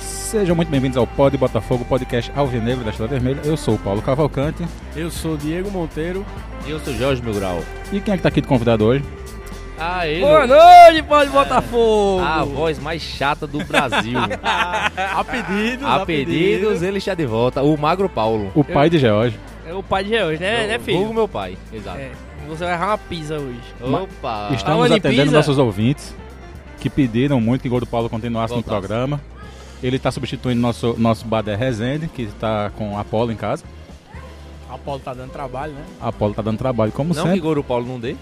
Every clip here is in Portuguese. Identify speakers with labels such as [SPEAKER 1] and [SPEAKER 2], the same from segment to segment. [SPEAKER 1] Sejam muito bem-vindos ao Pod Botafogo, podcast Alvinegro da Estrela Vermelha. Eu sou o Paulo Cavalcante.
[SPEAKER 2] Eu sou Diego Monteiro.
[SPEAKER 3] E eu sou Jorge Milgrau.
[SPEAKER 1] E quem é que tá aqui de convidado hoje?
[SPEAKER 3] Ah, ele.
[SPEAKER 2] Boa noite, Paulo Botafogo!
[SPEAKER 4] Ah,
[SPEAKER 3] A voz mais chata do Brasil.
[SPEAKER 2] a pedidos,
[SPEAKER 3] A pedidos, ele está de volta. O Magro Paulo.
[SPEAKER 1] O pai de George.
[SPEAKER 4] É o pai de George, né, né
[SPEAKER 3] Vulgo
[SPEAKER 4] filho?
[SPEAKER 3] meu pai. Exato.
[SPEAKER 4] É, você vai errar uma pizza hoje.
[SPEAKER 3] Opa.
[SPEAKER 1] Estamos
[SPEAKER 4] Aonde
[SPEAKER 1] atendendo
[SPEAKER 4] pisa?
[SPEAKER 1] nossos ouvintes que pediram muito que o Gol do Paulo continuasse no
[SPEAKER 3] Voltasse.
[SPEAKER 1] programa. Ele está substituindo nosso, nosso Badé Rezende, que está com a Apolo em casa.
[SPEAKER 2] A Paulo tá dando trabalho, né?
[SPEAKER 1] A Apolo está dando trabalho, como
[SPEAKER 3] Não que
[SPEAKER 1] sempre.
[SPEAKER 3] Goro Paulo não dê.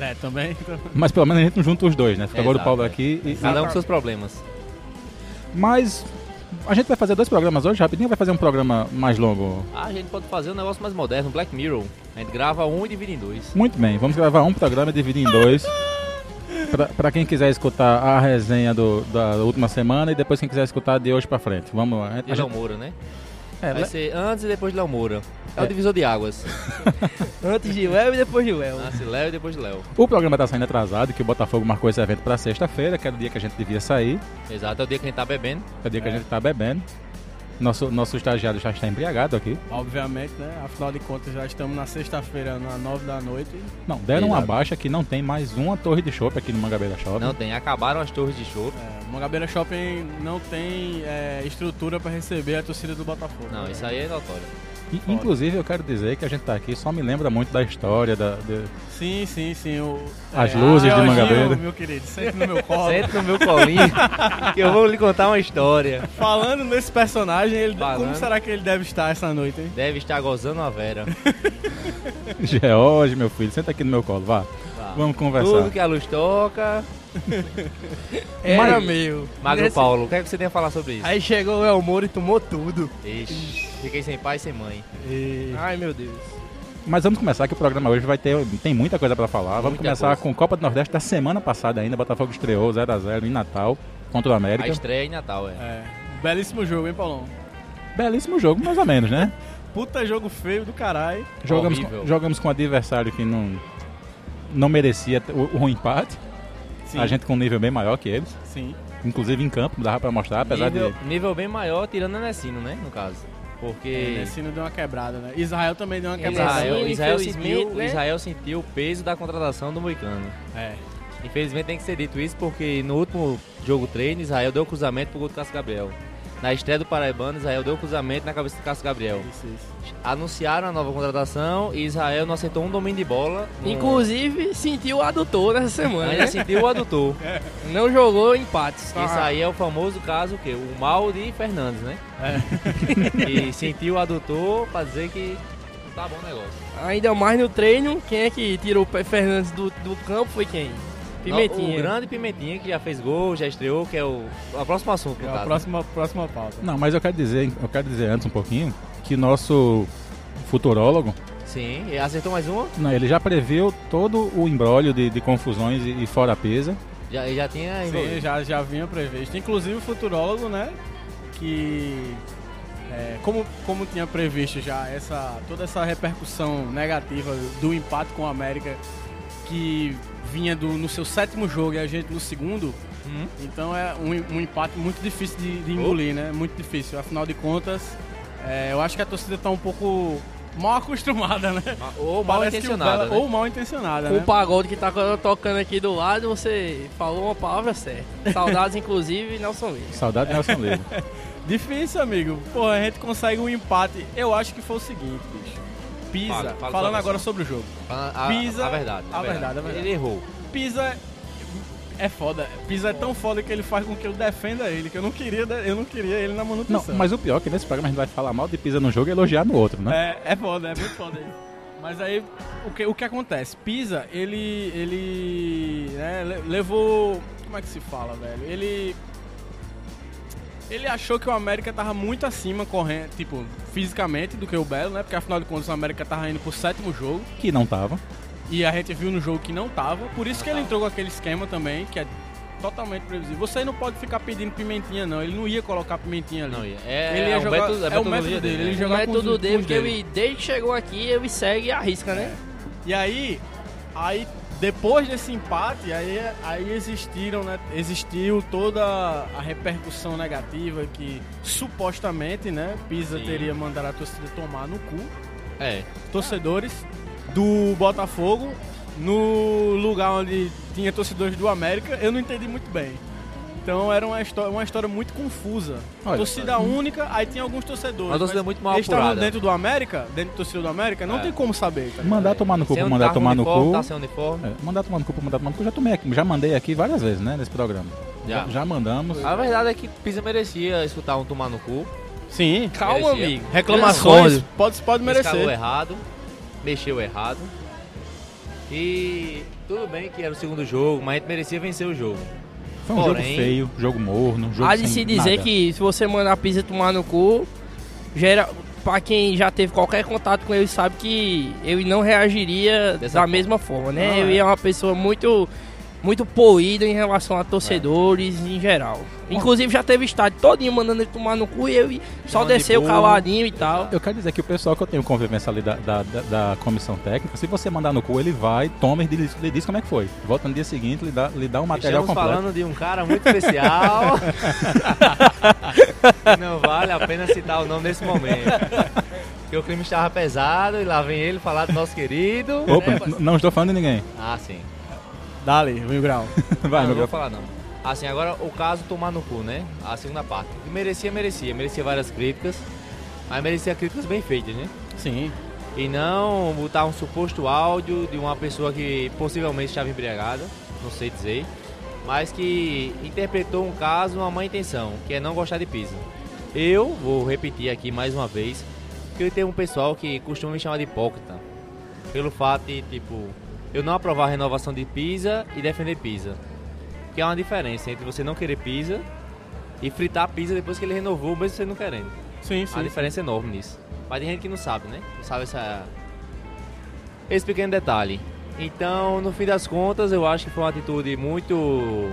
[SPEAKER 2] É, também.
[SPEAKER 1] Mas pelo menos a gente não junta os dois, né? Fica o Gol do
[SPEAKER 3] Exato,
[SPEAKER 1] Paulo
[SPEAKER 3] é.
[SPEAKER 1] aqui. e-
[SPEAKER 3] Cada um com seus problemas.
[SPEAKER 1] Mas a gente vai fazer dois programas hoje, rapidinho. Vai fazer um programa mais longo
[SPEAKER 3] Ah, a gente pode fazer um negócio mais moderno, Black Mirror. A gente grava um e divide em dois.
[SPEAKER 1] Muito bem, vamos gravar um programa e dividir em dois. Pra- Pra quem quiser escutar a resenha do- da última semana e depois quem quiser escutar de hoje pra frente. Vamos lá.
[SPEAKER 3] De Léo Moura, né?
[SPEAKER 1] É,
[SPEAKER 3] Vai
[SPEAKER 1] le-
[SPEAKER 3] ser antes e depois de Léo Moura. É,
[SPEAKER 1] É.
[SPEAKER 3] o divisor de águas.
[SPEAKER 4] Antes de Well e depois de Well.
[SPEAKER 3] Antes de Léo e depois de Léo.
[SPEAKER 1] o programa tá saindo atrasado, que o Botafogo marcou esse evento pra sexta-feira, que era o dia que a gente devia sair,
[SPEAKER 3] Exato, é o dia que a gente tá bebendo.
[SPEAKER 1] que é o dia que a gente tá bebendo. Nosso, nosso estagiário já está embriagado aqui.
[SPEAKER 2] Obviamente, né? Afinal de contas, já estamos na sexta-feira, na nove da noite.
[SPEAKER 1] Não, deram uma
[SPEAKER 3] Exato.
[SPEAKER 1] baixa que não tem mais uma torre de chopp aqui no Mangabeira Shopping.
[SPEAKER 3] Não tem, acabaram as torres de show.
[SPEAKER 2] É, Mangabeira Shopping não tem é, estrutura pra receber a torcida do Botafogo.
[SPEAKER 3] Não, isso aí é notório.
[SPEAKER 1] E, inclusive, eu quero dizer que a gente tá aqui só me lembra muito da história da, de-
[SPEAKER 2] Sim, sim, sim. o-
[SPEAKER 1] As luzes de
[SPEAKER 2] Gil,
[SPEAKER 1] Mangabeira.
[SPEAKER 2] Meu querido, sente no meu colo.
[SPEAKER 3] Senta no meu colinho que eu vou lhe contar uma história.
[SPEAKER 2] Falando nesse personagem, ele, como
[SPEAKER 3] Falando.
[SPEAKER 2] será que ele deve estar essa noite, hein?
[SPEAKER 3] Deve estar gozando a Vera.
[SPEAKER 1] George, meu filho. Senta aqui no meu colo, vá.
[SPEAKER 3] Tá.
[SPEAKER 1] Vamos
[SPEAKER 3] Tudo
[SPEAKER 1] conversar.
[SPEAKER 3] que a luz toca. É
[SPEAKER 4] Era meu.
[SPEAKER 3] Magro
[SPEAKER 4] Nesse-
[SPEAKER 3] Paulo, o que é que você tem a falar sobre isso?
[SPEAKER 4] É. Aí chegou o El Moro e tomou tudo.
[SPEAKER 3] Ixi, fiquei sem pai e sem mãe.
[SPEAKER 2] E-
[SPEAKER 4] Ai, meu Deus.
[SPEAKER 1] Mas vamos começar que o programa hoje vai ter tem muita coisa pra falar. Vamos
[SPEAKER 3] Muita
[SPEAKER 1] começar
[SPEAKER 3] coisa.
[SPEAKER 1] com Copa do Nordeste da semana passada ainda. Botafogo estreou 0 a 0 em Natal contra o
[SPEAKER 3] A
[SPEAKER 1] América.
[SPEAKER 3] estreia é em Natal, é.
[SPEAKER 2] É, belíssimo jogo, hein, Paulão?
[SPEAKER 1] Belíssimo jogo, mais ou menos, né?
[SPEAKER 2] Puta jogo feio do caralho.
[SPEAKER 1] jogamos,
[SPEAKER 3] Horrível.
[SPEAKER 1] com, jogamos com um adversário que não não merecia t- o, o empate.
[SPEAKER 2] Sim,
[SPEAKER 1] A gente com um nível bem maior que eles,
[SPEAKER 2] sim.
[SPEAKER 1] inclusive em campo, dava pra mostrar, apesar
[SPEAKER 3] nível,
[SPEAKER 1] de
[SPEAKER 3] nível bem maior, tirando a Nessino, né? No caso.
[SPEAKER 1] É,
[SPEAKER 3] Porque
[SPEAKER 2] Nessino É, deu uma quebrada, né? Israel também deu uma quebrada.
[SPEAKER 3] Israel,
[SPEAKER 4] Nessino,
[SPEAKER 3] Israel
[SPEAKER 4] infelizmente,
[SPEAKER 3] sentiu,
[SPEAKER 4] né?
[SPEAKER 3] Israel sentiu o peso da contratação do Moicano.
[SPEAKER 2] É.
[SPEAKER 3] Infelizmente tem que ser dito isso, porque no último jogo treino, Israel deu um cruzamento pro gol do Cássio Gabriel. Na estreia do Paraibano, Israel deu um cruzamento na cabeça do Cássio Gabriel.
[SPEAKER 2] Isso, isso.
[SPEAKER 3] Anunciaram a nova contratação e Israel não aceitou um domínio de bola. Um-
[SPEAKER 4] Inclusive, sentiu o adutor nessa
[SPEAKER 2] É.
[SPEAKER 4] semana,
[SPEAKER 3] Ainda
[SPEAKER 4] né?
[SPEAKER 3] sentiu o adutor.
[SPEAKER 4] Não jogou empates.
[SPEAKER 3] Isso aí é o famoso caso o quê? O mal de Fernandes, né?
[SPEAKER 2] É.
[SPEAKER 3] e sentiu o adutor pra dizer que não tá bom o negócio.
[SPEAKER 4] Ainda mais no treino, quem é que tirou o Pe- Fernandes do, do campo foi quem?
[SPEAKER 3] O
[SPEAKER 4] Pimentinha.
[SPEAKER 3] grande Pimentinha que já fez gol, já estreou, que é o, o próximo assunto, no
[SPEAKER 2] É a
[SPEAKER 3] caso.
[SPEAKER 2] próxima, próxima pauta.
[SPEAKER 1] Não, mas eu quero dizer, eu quero dizer antes um pouquinho que nosso futurólogo,
[SPEAKER 3] Sim, e acertou mais uma?
[SPEAKER 1] não, ele já previu todo o embrólio de, de confusões e, e fora pesa.
[SPEAKER 3] Já, já tinha
[SPEAKER 2] Sim,
[SPEAKER 3] envolvido.
[SPEAKER 2] já, já vinha previsto. Inclusive o futurólogo, né? Que. é, como, como tinha previsto já essa, toda essa repercussão negativa do empate com o América que vinha do, no seu sétimo jogo e a gente no segundo,
[SPEAKER 3] Hum.
[SPEAKER 2] então é um, um empate muito difícil de, de engolir, né? Muito difícil. Afinal de contas, é, eu acho que a torcida tá um pouco mal acostumada, né?
[SPEAKER 3] Ou mal
[SPEAKER 2] Parece que o
[SPEAKER 3] intencionado,
[SPEAKER 2] Bela-
[SPEAKER 3] né?
[SPEAKER 2] Ou mal intencionada,
[SPEAKER 4] Com
[SPEAKER 2] né?
[SPEAKER 4] o pagode que tá tocando aqui do lado, você falou uma palavra certa. Saudades, inclusive, Nelson Mendes.
[SPEAKER 1] Saudade de Nelson Leite.
[SPEAKER 2] Difícil, amigo. Pô, a gente consegue um empate. Eu acho que foi o seguinte, bicho. Pisa,
[SPEAKER 3] Fala, fala
[SPEAKER 2] falando
[SPEAKER 3] sobre
[SPEAKER 2] agora
[SPEAKER 3] isso.
[SPEAKER 2] sobre o jogo.
[SPEAKER 3] A, a-
[SPEAKER 2] Pisa-
[SPEAKER 3] a verdade.
[SPEAKER 2] a verdade, a verdade.
[SPEAKER 3] Ele errou.
[SPEAKER 2] Pisa é foda. Pisa é tão foda que ele faz com que eu defenda ele, que eu não queria, eu não queria ele na
[SPEAKER 1] Não,
[SPEAKER 2] manutenção.
[SPEAKER 1] mas o pior é que nesse programa a gente vai falar mal de pisa num jogo e elogiar no outro, né?
[SPEAKER 2] É, é foda, é muito foda isso. Mas aí, o que, o que acontece? Pisa, ele. ele. né, le- levou. Como é que se fala, velho? Ele. Ele achou que o América tava muito acima, correndo, tipo, fisicamente do que o Belo, né? Porque afinal de contas o América tava indo pro sétimo jogo.
[SPEAKER 1] Que não tava.
[SPEAKER 2] E a gente viu no jogo que não tava. Por isso que ele entrou com aquele esquema também, que é totalmente previsível. Você não pode ficar pedindo pimentinha, não. Ele não ia colocar pimentinha ali.
[SPEAKER 3] Não, ia. é,
[SPEAKER 2] Ele ia
[SPEAKER 3] é,
[SPEAKER 2] jogar-
[SPEAKER 3] o método,
[SPEAKER 2] é o
[SPEAKER 3] metodologia
[SPEAKER 2] método dele, ele
[SPEAKER 3] né?
[SPEAKER 2] joga-
[SPEAKER 4] O
[SPEAKER 2] jogar com os-
[SPEAKER 4] método
[SPEAKER 2] com
[SPEAKER 4] dele,
[SPEAKER 2] os
[SPEAKER 4] porque
[SPEAKER 2] dele.
[SPEAKER 4] ele, desde que chegou aqui, ele segue e arrisca, né?
[SPEAKER 2] E aí, aí depois desse empate, aí, aí existiram, né, existiu toda a repercussão negativa que supostamente, né, Pisa
[SPEAKER 3] Sim.
[SPEAKER 2] teria mandado a torcida tomar no cu.
[SPEAKER 3] É.
[SPEAKER 2] torcedores do Botafogo no lugar onde tinha torcedores do América, eu não entendi muito bem. Então era uma história, uma história muito confusa.
[SPEAKER 1] Olha,
[SPEAKER 2] torcida única, aí tinha alguns torcedores.
[SPEAKER 3] Uma torcida muito mal
[SPEAKER 2] Eles estavam
[SPEAKER 3] apurada.
[SPEAKER 2] dentro do América, dentro do torcedor do América, não
[SPEAKER 3] É.
[SPEAKER 2] tem como saber. Tá?
[SPEAKER 1] Mandar tomar no cu,
[SPEAKER 3] Sem
[SPEAKER 1] por mandar
[SPEAKER 3] tá com
[SPEAKER 1] tomar no
[SPEAKER 3] uniforme,
[SPEAKER 1] cu.
[SPEAKER 3] Tá sem uniforme.
[SPEAKER 1] É, mandar tomar no cu, por mandar tomar no cu. Eu já tomei aqui, já mandei aqui várias vezes, né, nesse programa.
[SPEAKER 3] Já.
[SPEAKER 1] mandamos.
[SPEAKER 3] A verdade é que Pisa merecia escutar um tomar no cu.
[SPEAKER 2] Sim.
[SPEAKER 4] Calma,
[SPEAKER 3] Merecia.
[SPEAKER 4] amigo.
[SPEAKER 2] Reclamações
[SPEAKER 4] Responde.
[SPEAKER 2] pode, pode
[SPEAKER 3] Escalou
[SPEAKER 2] merecer.
[SPEAKER 3] errado, mexeu errado. E tudo bem que era o segundo jogo, mas a gente merecia vencer o jogo.
[SPEAKER 1] Foi um
[SPEAKER 3] Porém-
[SPEAKER 1] jogo feio, jogo morno, jogo
[SPEAKER 4] Há de
[SPEAKER 1] sem
[SPEAKER 4] se dizer
[SPEAKER 1] nada.
[SPEAKER 4] que se você mandar a pizza tomar no cu, gera. Pra quem já teve qualquer contato com ele, sabe que ele não reagiria
[SPEAKER 3] Dessa
[SPEAKER 4] da
[SPEAKER 3] forma.
[SPEAKER 4] mesma forma, né?
[SPEAKER 2] Não,
[SPEAKER 4] ele
[SPEAKER 2] é.
[SPEAKER 4] é uma pessoa muito muito poída em relação a torcedores em geral. Inclusive já teve estádio todinho mandando ele tomar no cu e ele só
[SPEAKER 3] Chamando de
[SPEAKER 4] desceu
[SPEAKER 3] burro.
[SPEAKER 4] caladinho e tal.
[SPEAKER 1] Eu quero dizer que o pessoal que eu tenho convivência ali da, da, da- da comissão técnica, se você mandar no cu, ele vai, toma e lhe, diz- lhe diz como é que foi. Volta no dia seguinte, lhe dá, lhe dá o material
[SPEAKER 3] Estamos
[SPEAKER 1] completo.
[SPEAKER 3] falando de um cara muito especial. não vale a pena citar o nome nesse momento. Porque o clima estava pesado e lá vem ele falar do nosso querido.
[SPEAKER 1] Opa, n- não estou falando de ninguém.
[SPEAKER 3] Ah, sim.
[SPEAKER 2] Dali, vem o grau.
[SPEAKER 1] Vai, meu
[SPEAKER 3] não, não vou
[SPEAKER 1] garoto.
[SPEAKER 3] falar não. Assim, agora o caso tomar no cu, né? A segunda parte. Merecia, merecia. Merecia várias críticas. Mas merecia críticas bem feitas, né?
[SPEAKER 2] Sim.
[SPEAKER 3] E não botar um suposto áudio de uma pessoa que possivelmente estava embriagada, não sei dizer, mas que interpretou um caso uma má intenção, que é não gostar de pizza. Eu vou repetir aqui mais uma vez que eu tenho um pessoal que costuma me chamar de hipócrita, pelo fato de, tipo, eu não aprovar a renovação de pizza e defender pizza. Que é uma diferença entre você não querer pizza e fritar pizza depois que ele renovou, mesmo você não querendo.
[SPEAKER 2] Sim,
[SPEAKER 3] A
[SPEAKER 2] sim.
[SPEAKER 3] diferença é enorme nisso. Mas tem gente que não sabe, né? Não sabe essa... esse pequeno detalhe. Então, no fim das contas, eu acho que foi uma atitude muito.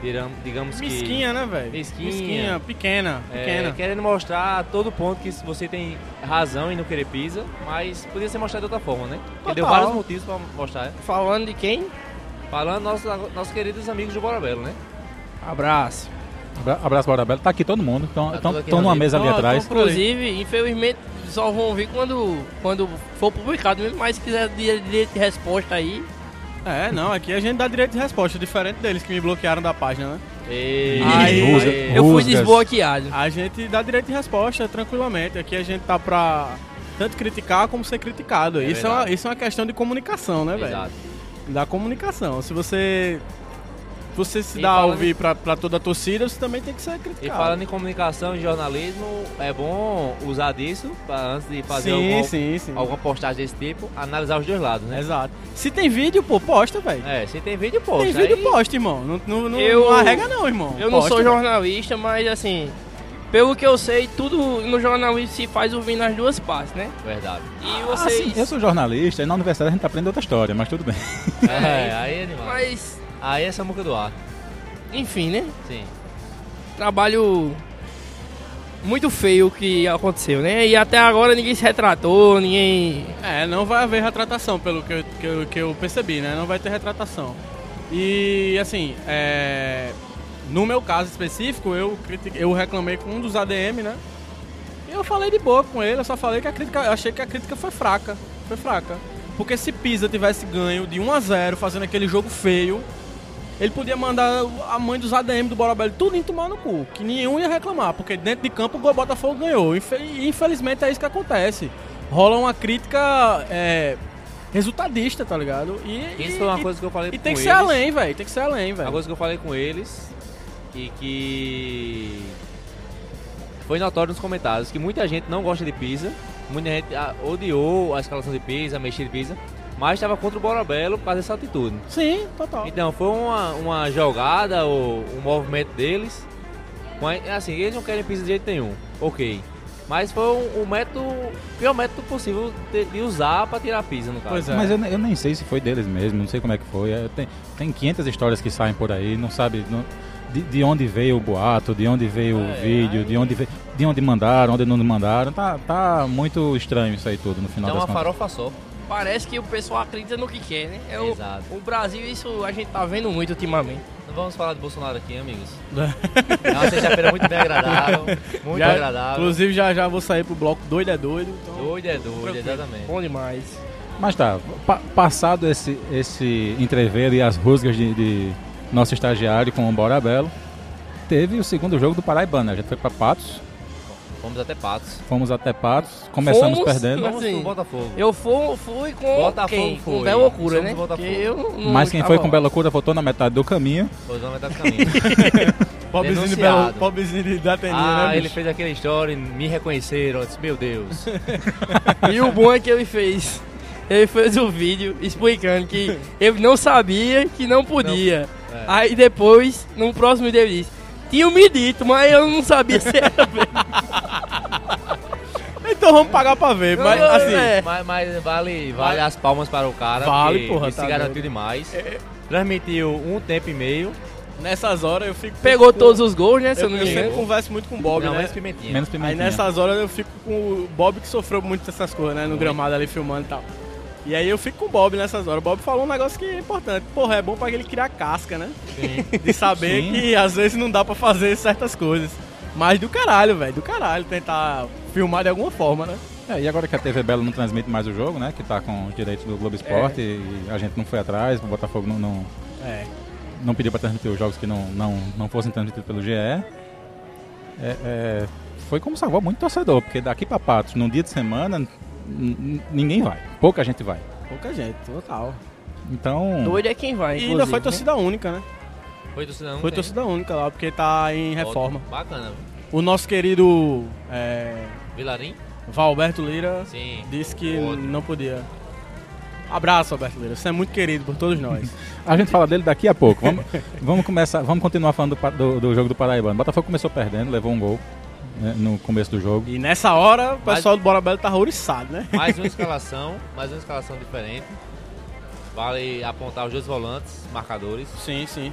[SPEAKER 3] diram- Digamos
[SPEAKER 2] Mesquinha, né, velho?
[SPEAKER 3] Mesquinha.
[SPEAKER 2] pequena,
[SPEAKER 3] que. é,
[SPEAKER 2] pequena.
[SPEAKER 3] querendo mostrar a todo ponto que você tem razão em não querer pizza, mas podia ser mostrado de outra forma, né? Porque deu
[SPEAKER 2] Total.
[SPEAKER 3] vários motivos pra mostrar. né?
[SPEAKER 4] Falando de quem?
[SPEAKER 3] Falando nossos, nossos queridos amigos do Borabelo, né?
[SPEAKER 4] Abraço.
[SPEAKER 1] Abra- Abraço, Borabelo. Tá aqui todo mundo. Estão
[SPEAKER 3] Tá tudo aqui
[SPEAKER 1] numa
[SPEAKER 3] reunido.
[SPEAKER 1] mesa ali
[SPEAKER 4] Então,
[SPEAKER 1] atrás.
[SPEAKER 4] Inclusive, infelizmente, só vão vir quando, quando for publicado mesmo, mas se quiser dire- direito de resposta aí,
[SPEAKER 2] É, não, aqui a gente dá direito de resposta, diferente deles que me bloquearam da página, né?
[SPEAKER 3] E...
[SPEAKER 2] Aí-
[SPEAKER 1] Rusga-
[SPEAKER 4] eu fui
[SPEAKER 1] rusgas.
[SPEAKER 4] desbloqueado.
[SPEAKER 2] A gente dá direito de resposta tranquilamente. Aqui a gente tá pra tanto criticar como ser criticado.
[SPEAKER 3] É
[SPEAKER 2] isso, é uma,
[SPEAKER 3] verdade.
[SPEAKER 2] isso é uma questão de comunicação, né, velho?
[SPEAKER 3] Exato.
[SPEAKER 2] Da comunicação. Se você você se
[SPEAKER 3] E
[SPEAKER 2] dá a
[SPEAKER 3] falando-
[SPEAKER 2] ouvir pra, pra toda a torcida, você também tem que ser
[SPEAKER 3] E
[SPEAKER 2] criticado.
[SPEAKER 3] falando em comunicação e jornalismo, é bom usar disso pra, antes de fazer
[SPEAKER 2] sim,
[SPEAKER 3] alguma,
[SPEAKER 2] sim, sim.
[SPEAKER 3] alguma postagem desse tipo, analisar os dois lados, né?
[SPEAKER 2] Exato. Se tem vídeo, pô, posta, velho.
[SPEAKER 3] É, se tem vídeo, posta.
[SPEAKER 2] tem vídeo,
[SPEAKER 3] aí-
[SPEAKER 2] posta, irmão. Não, não, não,
[SPEAKER 4] Eu-
[SPEAKER 2] não arrega, não, irmão.
[SPEAKER 4] Eu não
[SPEAKER 2] Posta,
[SPEAKER 4] sou
[SPEAKER 2] velho.
[SPEAKER 4] jornalista, mas assim, pelo que eu sei, tudo no jornalismo se faz ouvindo as duas partes, né?
[SPEAKER 3] Verdade.
[SPEAKER 4] E
[SPEAKER 1] Ah, sim,
[SPEAKER 4] vocês.
[SPEAKER 1] eu sou jornalista e na universidade a gente aprende outra história, mas tudo bem.
[SPEAKER 3] É, aí é animal.
[SPEAKER 4] Mas,
[SPEAKER 3] Aí é Samuca do ar,
[SPEAKER 4] enfim, né?
[SPEAKER 3] sim.
[SPEAKER 4] Trabalho muito feio que aconteceu, né? E até agora ninguém se retratou, ninguém.
[SPEAKER 2] É, não vai haver retratação, pelo que eu, que eu, que eu percebi, né? Não vai ter retratação. E, assim, é, no meu caso específico, eu, critiquei- eu reclamei com um dos ADM, né? E eu falei de boa com ele, eu só falei que a crítica, eu achei que a crítica foi fraca. Foi fraca. Porque se Pisa tivesse ganho de 1 a 0 fazendo aquele jogo feio, ele podia mandar a mãe dos ADM do Borabelli tudo em tomar no cu, que nenhum ia reclamar, porque dentro de campo o Botafogo ganhou. Infe- E infelizmente é isso que acontece. Rola uma crítica é, resultadista, tá ligado? E,
[SPEAKER 3] Isso
[SPEAKER 2] e-
[SPEAKER 3] foi uma
[SPEAKER 2] e-
[SPEAKER 3] coisa que eu falei
[SPEAKER 2] e
[SPEAKER 3] com
[SPEAKER 2] tem que ser
[SPEAKER 3] eles.
[SPEAKER 2] além, velho. Tem que ser além,
[SPEAKER 3] Uma
[SPEAKER 2] velho.
[SPEAKER 3] coisa que eu falei com eles e que foi notório nos comentários que muita gente não gosta de pizza, muita gente ah, odiou a escalação de pizza, a mexida de pizza, mas estava contra o Borobelo por causa dessa atitude.
[SPEAKER 2] Sim, total.
[SPEAKER 3] Então, foi uma, uma jogada ou um movimento deles. Mas, assim, eles não querem pizza de jeito nenhum. Ok. Mas foi um, um método, o pior método possível de, de usar pra tirar a pizza, no caso.
[SPEAKER 2] Pois é.
[SPEAKER 1] Mas eu, ne- eu nem sei se foi deles mesmo, não sei como é que foi. É, tem, tem 500 histórias que saem por aí, não sabe não- de, de onde veio o boato, de onde veio o
[SPEAKER 3] É,
[SPEAKER 1] vídeo,
[SPEAKER 3] aí-
[SPEAKER 1] de onde veio, de onde mandaram, onde não mandaram. Tá, tá muito estranho isso aí tudo no final
[SPEAKER 3] Então,
[SPEAKER 1] das
[SPEAKER 3] uma
[SPEAKER 1] contas.
[SPEAKER 3] farofa só.
[SPEAKER 4] Parece que o pessoal acredita no que quer, né? É o,
[SPEAKER 3] Exato.
[SPEAKER 4] o Brasil, isso a gente tá vendo muito ultimamente.
[SPEAKER 3] Não vamos falar de Bolsonaro aqui, amigos. É uma sexta-feira muito bem agradável. Muito
[SPEAKER 2] Já-
[SPEAKER 3] agradável.
[SPEAKER 2] Inclusive, já já vou sair pro bloco Doido é Doido. Então...
[SPEAKER 3] Doido é doido, exatamente.
[SPEAKER 4] Bom demais.
[SPEAKER 1] Mas tá, pa- passado esse, esse entrever e as rusgas de, de nosso estagiário com o Bora Belo, teve o segundo jogo do Paraibana. A gente foi pra Patos,
[SPEAKER 3] Fomos até Patos.
[SPEAKER 1] fomos até Patos, começamos
[SPEAKER 4] Fomos,
[SPEAKER 1] perdendo.
[SPEAKER 4] Mas
[SPEAKER 3] Fomos
[SPEAKER 4] assim,
[SPEAKER 3] pro Botafogo.
[SPEAKER 4] Eu fui, fui com
[SPEAKER 3] Botafogo
[SPEAKER 4] quem?
[SPEAKER 3] foi.
[SPEAKER 4] Com Bela Loucura,
[SPEAKER 3] Somos
[SPEAKER 4] né?
[SPEAKER 3] Botafogo.
[SPEAKER 4] Porque eu não
[SPEAKER 1] Mas quem
[SPEAKER 4] estava
[SPEAKER 2] tá
[SPEAKER 1] foi com
[SPEAKER 4] lá.
[SPEAKER 1] Bela Cura voltou na metade do caminho.
[SPEAKER 3] Pois vamos metade do caminho.
[SPEAKER 2] Pobrezinho de
[SPEAKER 3] Denunciado.
[SPEAKER 2] Belo, pobrezinho de Dateninha,
[SPEAKER 3] ah,
[SPEAKER 2] né,
[SPEAKER 3] ele
[SPEAKER 2] bicho?
[SPEAKER 3] fez aquela história e me reconheceram. Eu disse, meu Deus.
[SPEAKER 4] E o bom é que ele fez. Ele fez o vídeo explicando que ele não sabia que não podia.
[SPEAKER 3] Não, é.
[SPEAKER 4] Aí depois, no próximo dia, ele disse: Tinha me dito, mas eu não sabia se era verdade."
[SPEAKER 2] Então vamos pagar pra ver, mas
[SPEAKER 4] Não,
[SPEAKER 2] assim...
[SPEAKER 4] é.
[SPEAKER 3] Mas, mas vale, vale as palmas para o cara.
[SPEAKER 2] Vale,
[SPEAKER 3] porque
[SPEAKER 2] porra,
[SPEAKER 3] ele
[SPEAKER 2] tá
[SPEAKER 3] se garantiu
[SPEAKER 2] doido.
[SPEAKER 3] demais. Transmitiu um tempo e meio.
[SPEAKER 2] Nessas horas eu fico...
[SPEAKER 4] Pegou todos os gols, né? Se eu
[SPEAKER 2] Eu,
[SPEAKER 4] não
[SPEAKER 2] eu
[SPEAKER 4] me
[SPEAKER 2] sempre
[SPEAKER 4] engano.
[SPEAKER 2] converso muito com o Bob,
[SPEAKER 3] não,
[SPEAKER 2] né?
[SPEAKER 3] menos pimentinha.
[SPEAKER 1] Menos
[SPEAKER 2] Aí
[SPEAKER 1] pimentinha.
[SPEAKER 2] nessas horas eu fico com o Bob que sofreu muito dessas coisas, né? No gramado ali filmando e tal. E aí eu fico com o Bob nessas horas. O Bob falou um negócio que é importante. Porra, é bom pra ele criar casca, né? De saber
[SPEAKER 1] Sim.
[SPEAKER 2] que às vezes não dá pra fazer certas coisas. Mas do caralho, velho. Do caralho. Tentar filmar de alguma forma, né?
[SPEAKER 1] É, e agora que a TV Belo não transmite mais o jogo, né? Que tá com os direitos do Globo Esporte e a gente não foi atrás, o Botafogo não, não,
[SPEAKER 2] É.
[SPEAKER 1] não pediu pra transmitir os jogos que não, não, não fossem transmitidos pelo GE. É, é, foi como salvou muito torcedor, porque daqui pra Patos, num dia de semana, n- n- ninguém vai. Pouca gente vai.
[SPEAKER 2] Pouca gente, total.
[SPEAKER 1] Então.
[SPEAKER 4] Doido é quem vai.
[SPEAKER 2] E ainda foi
[SPEAKER 4] inclusive,
[SPEAKER 2] torcida única, né?
[SPEAKER 3] Foi torcida não
[SPEAKER 2] Foi
[SPEAKER 3] tem.
[SPEAKER 2] torcida única lá, porque tá em reforma.
[SPEAKER 3] Ótimo. Bacana.
[SPEAKER 2] O nosso querido é,
[SPEAKER 3] Vilarim?
[SPEAKER 2] Valberto Lira
[SPEAKER 3] Sim.
[SPEAKER 2] Disse que
[SPEAKER 3] Outro.
[SPEAKER 2] não podia. Abraço, Alberto Leira. Você é muito querido por todos nós.
[SPEAKER 1] A gente fala dele daqui a pouco. Vamos, vamos começar, vamos continuar falando do, pa- do, do jogo do Paraibano. Botafogo começou perdendo, levou um gol né, no começo do jogo.
[SPEAKER 2] e nessa hora, o
[SPEAKER 3] Mas-
[SPEAKER 2] pessoal do Bora Belo tá horrorizado, né?
[SPEAKER 3] Mais uma escalação, mais uma escalação diferente. Vale apontar os dois volantes, marcadores.
[SPEAKER 2] Sim, sim.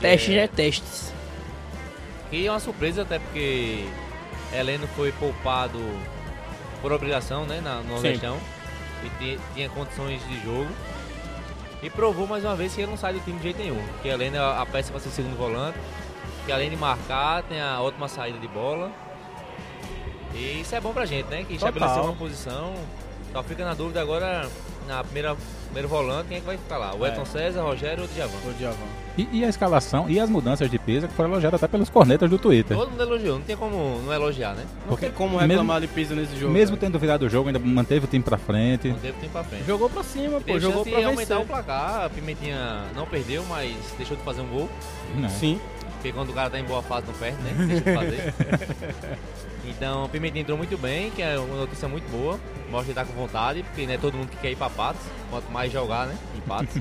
[SPEAKER 4] Testes, né? Testes.
[SPEAKER 3] E é uma surpresa até porque Heleno foi poupado por obrigação, né, na, no Nordestão. E ti- tinha condições de jogo. E provou mais uma vez que ele não sai do time de jeito nenhum. Que Heleno é a peça para ser segundo volante. Que além de marcar, tem a ótima saída de bola. E isso é bom pra gente, né? Que estabeleceu
[SPEAKER 2] Total.
[SPEAKER 3] uma posição. Só fica na dúvida agora, na primeira primeiro volante, quem é que vai ficar lá? O
[SPEAKER 2] É.
[SPEAKER 3] Elton César, Rogério ou Djavan?
[SPEAKER 2] Ô, Djavan.
[SPEAKER 1] E, e a escalação e as mudanças de peso que foram elogiadas até pelos cornetas do Twitter.
[SPEAKER 3] Todo mundo elogiou, não tem como não elogiar, né?
[SPEAKER 2] Não
[SPEAKER 1] Porque
[SPEAKER 2] tem como reclamar de piso nesse jogo. né?
[SPEAKER 1] Mesmo
[SPEAKER 2] cara.
[SPEAKER 1] tendo virado o jogo, ainda manteve o time pra frente.
[SPEAKER 3] Não teve tempo pra frente.
[SPEAKER 2] Jogou pra cima, pô.
[SPEAKER 3] Teve
[SPEAKER 2] Jogou
[SPEAKER 3] chance
[SPEAKER 2] pra
[SPEAKER 3] de
[SPEAKER 2] vencer.
[SPEAKER 3] aumentar um o placar. A Pimentinha não perdeu, mas deixou de fazer um gol.
[SPEAKER 1] né?
[SPEAKER 2] Sim.
[SPEAKER 3] Porque quando o cara tá em boa fase, não perde, né? Deixa de fazer. então, a Pimentinha entrou muito bem, que é uma notícia muito boa. Mostra que tá com vontade, porque não é todo mundo que quer ir pra Patos. Quanto mais jogar, né? Em Patos.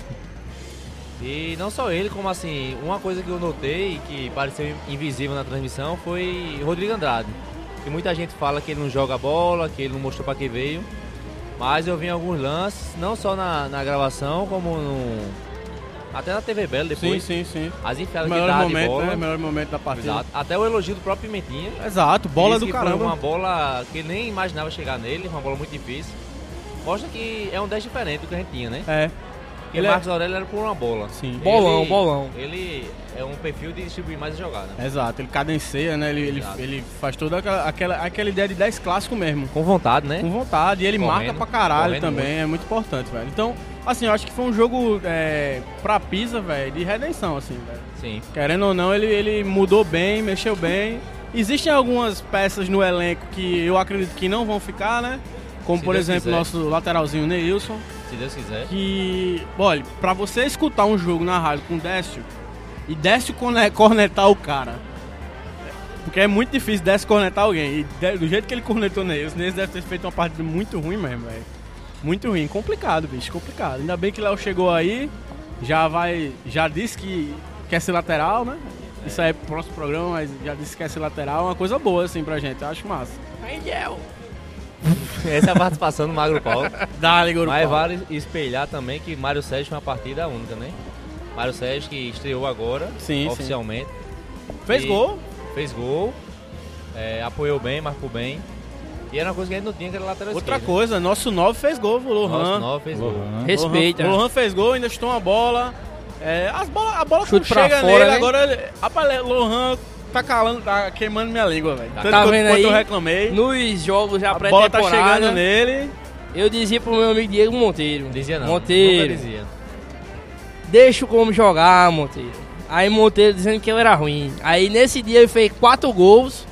[SPEAKER 3] e não só ele, como assim, uma coisa que eu notei que pareceu invisível na transmissão foi Rodrigo Andrade. Que muita gente fala que ele não joga bola, que ele não mostrou pra que veio. Mas eu vi alguns lances, não só na, na gravação, como no. Até na TV Belo
[SPEAKER 2] Sim,
[SPEAKER 3] depois.
[SPEAKER 2] sim, sim.
[SPEAKER 3] As enfiadas que
[SPEAKER 2] Melhor
[SPEAKER 3] dá de
[SPEAKER 2] momento,
[SPEAKER 3] bola.
[SPEAKER 2] né? Melhor momento da partida.
[SPEAKER 3] Exato. Até o elogio do próprio Pimentinha.
[SPEAKER 2] Exato, bola
[SPEAKER 3] Diz
[SPEAKER 2] do
[SPEAKER 3] que
[SPEAKER 2] caramba.
[SPEAKER 3] Foi uma bola que ele nem imaginava chegar nele, uma bola muito difícil. Mostra que é um 10 diferente do que a gente tinha, né?
[SPEAKER 2] É,
[SPEAKER 3] Porque
[SPEAKER 2] Ele é-
[SPEAKER 3] Marcos Aurélio era por uma bola.
[SPEAKER 2] sim.
[SPEAKER 4] Bo- Bolão, bolão.
[SPEAKER 3] Ele é um perfil de distribuir mais e jogar, né?
[SPEAKER 2] Exato, ele cadencia, né? Ele, ele,
[SPEAKER 3] Exato.
[SPEAKER 2] ele faz toda aquela, aquela, aquela ideia de 10 clássico mesmo.
[SPEAKER 3] Com vontade, né?
[SPEAKER 2] Com vontade, e ele
[SPEAKER 3] Correndo,
[SPEAKER 2] marca pra caralho
[SPEAKER 3] correndo
[SPEAKER 2] também, é muito importante, velho. Então, assim, eu acho que foi um jogo é, pra Pisa, velho, de redenção, assim, velho.
[SPEAKER 3] Sim.
[SPEAKER 2] Querendo ou não, ele, ele mudou bem, mexeu bem. Existem algumas peças no elenco que eu acredito que não vão ficar, né? Como,
[SPEAKER 3] Se
[SPEAKER 2] por
[SPEAKER 3] Deus
[SPEAKER 2] exemplo,
[SPEAKER 3] quiser.
[SPEAKER 2] nosso lateralzinho Neilson.
[SPEAKER 3] Se Deus quiser.
[SPEAKER 2] Que, olha, pra você escutar um jogo na rádio com Décio e Décio corne- cornetar o cara. Porque é muito difícil Décio cornetar alguém. E de- do jeito que ele cornetou Neils, Neils deve ter feito uma partida muito ruim mesmo, velho. Muito ruim, complicado, bicho, complicado. Ainda bem que Léo chegou aí, já vai, já disse que quer ser lateral, né? Isso aí é pro próximo programa, mas já disse que quer ser lateral, é uma coisa boa assim pra gente, eu acho massa.
[SPEAKER 4] Angel.
[SPEAKER 3] Essa é a participação do Magro Paulo.
[SPEAKER 2] Dá, Ligor.
[SPEAKER 3] Mas vale espelhar também que Mário Sérgio foi uma partida única, né? Mário Sérgio que estreou agora,
[SPEAKER 2] Sim, sim.
[SPEAKER 3] oficialmente.
[SPEAKER 2] Fez
[SPEAKER 3] E-
[SPEAKER 2] gol?
[SPEAKER 3] Fez gol, é, apoiou bem, marcou bem. E era uma coisa que a gente não tinha, que era lateral
[SPEAKER 2] Outra
[SPEAKER 3] esquerdo.
[SPEAKER 2] coisa, nosso 9 fez gol, o Lohan.
[SPEAKER 3] Nosso nove fez gol.
[SPEAKER 1] Lohan.
[SPEAKER 4] Respeita.
[SPEAKER 2] Lohan, Lohan fez gol, ainda chutou uma bola. É, as bola a bola
[SPEAKER 4] Chute
[SPEAKER 2] não
[SPEAKER 4] pra
[SPEAKER 2] chega
[SPEAKER 4] fora,
[SPEAKER 2] nele,
[SPEAKER 4] né?
[SPEAKER 2] agora ele. Rapaz, ele- Lohan tá calando, tá queimando minha língua, velho. Tanto
[SPEAKER 4] tá
[SPEAKER 2] quanto-
[SPEAKER 4] vendo
[SPEAKER 2] quanto
[SPEAKER 4] aí?
[SPEAKER 2] eu reclamei.
[SPEAKER 4] Nos jogos já
[SPEAKER 2] a bola tá chegando
[SPEAKER 4] pré-temporada, né?
[SPEAKER 2] nele.
[SPEAKER 4] eu dizia pro meu amigo Diego Monteiro.
[SPEAKER 3] Dizia não.
[SPEAKER 4] Monteiro,
[SPEAKER 3] Nunca dizia.
[SPEAKER 4] deixa o como jogar, Monteiro. Aí Monteiro dizendo que eu era ruim. Aí nesse dia ele fez quatro gols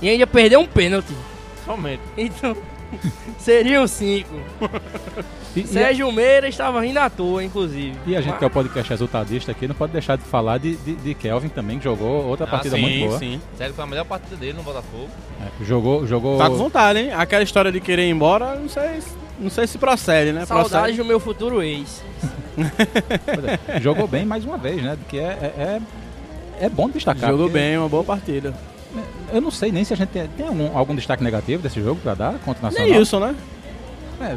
[SPEAKER 4] e ainda perdeu um pênalti.
[SPEAKER 2] Somente.
[SPEAKER 4] Então, seriam cinco.
[SPEAKER 1] E, e, a,
[SPEAKER 4] Sérgio Meira estava rindo à toa, inclusive.
[SPEAKER 1] e a gente que é o podcast resultadista aqui não pode deixar de falar de, de, de Kelvin também, que jogou outra
[SPEAKER 3] Ah,
[SPEAKER 1] partida
[SPEAKER 3] sim,
[SPEAKER 1] muito boa.
[SPEAKER 2] sim.
[SPEAKER 3] Sério, foi a melhor partida dele no Botafogo.
[SPEAKER 1] É, jogou, jogou.
[SPEAKER 2] Tá com vontade, hein? Aquela história de querer ir embora, não sei, se- não sei se procede, né?
[SPEAKER 4] Saudades
[SPEAKER 2] Procede.
[SPEAKER 4] do meu futuro ex.
[SPEAKER 1] jogou bem mais uma vez, né? Que é, é, é, é bom
[SPEAKER 4] um
[SPEAKER 1] destacar.
[SPEAKER 2] Jogou
[SPEAKER 4] né?
[SPEAKER 1] porque
[SPEAKER 2] bem, uma boa partida.
[SPEAKER 1] Eu não sei nem se a gente tem, tem algum, algum destaque negativo desse jogo pra dar contra o Nacional.
[SPEAKER 2] Neilson, né?
[SPEAKER 1] É,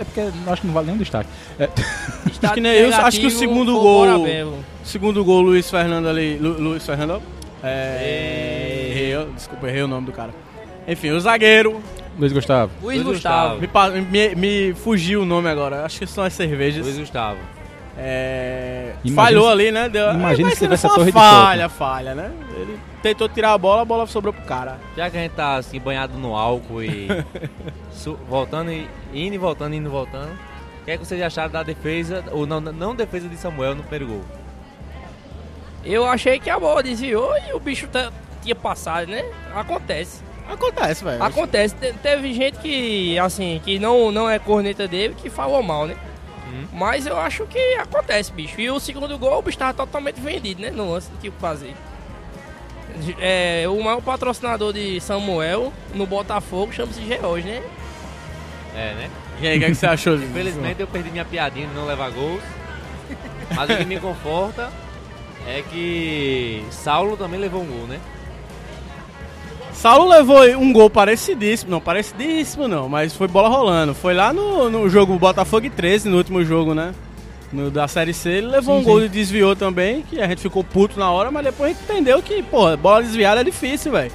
[SPEAKER 1] é porque eu acho que não vale nenhum destaque. É,
[SPEAKER 4] Estado
[SPEAKER 2] que nem eu, acho que o
[SPEAKER 4] negativo
[SPEAKER 2] segundo
[SPEAKER 4] foi o
[SPEAKER 2] gol-
[SPEAKER 4] Borabelo.
[SPEAKER 2] Segundo gol, Luiz Fernando ali. Lu- Luiz Fernando? É. Errei, eu- desculpa, errei o nome do cara. Enfim, o zagueiro.
[SPEAKER 1] Luiz Gustavo.
[SPEAKER 4] Luiz
[SPEAKER 3] Luiz Gustavo.
[SPEAKER 4] Gustavo.
[SPEAKER 2] Me, pa- me- me fugiu o nome agora. Acho que são as cervejas.
[SPEAKER 3] Luiz Gustavo.
[SPEAKER 2] É,
[SPEAKER 1] Imagina
[SPEAKER 2] falhou
[SPEAKER 1] se-
[SPEAKER 2] ali, né? Deu,
[SPEAKER 1] imagina
[SPEAKER 2] mas
[SPEAKER 1] se tivesse
[SPEAKER 2] foi
[SPEAKER 1] a
[SPEAKER 2] uma
[SPEAKER 1] torre de
[SPEAKER 2] falha, falha, né? Ele tentou tirar a bola, a bola sobrou pro cara.
[SPEAKER 3] Já que a gente tá assim, banhado no álcool e. su- voltando e. indo e voltando, indo e voltando. O que é que vocês acharam da defesa, ou não, não defesa de Samuel no primeiro gol?
[SPEAKER 4] Eu achei que a bola desviou e o bicho tá- tinha passado, né? Acontece.
[SPEAKER 2] Acontece, velho.
[SPEAKER 4] Acontece. Te- teve gente que, assim, que não, não é corneta dele, que falou mal, né?
[SPEAKER 3] Hum.
[SPEAKER 4] Mas eu acho que acontece, bicho. E o segundo gol, o bicho tava totalmente vendido, né? No lance, não tinha o que fazer. É, o maior patrocinador de Samuel no Botafogo chama-se George, né?
[SPEAKER 3] É, né?
[SPEAKER 2] E aí, o que, é que você achou? Zico?
[SPEAKER 3] Infelizmente eu perdi minha piadinha de não levar gols. Mas o que me conforta é que Saulo também levou um gol, né?
[SPEAKER 2] Saulo levou um gol parecidíssimo. Não, parecidíssimo não, mas foi bola rolando. Foi lá no, no jogo Botafogo e 13, no último jogo, né? No, da Série C, ele levou um gol e desviou também, que a gente ficou puto na hora, mas depois a gente entendeu que, porra, bola desviada é difícil, velho.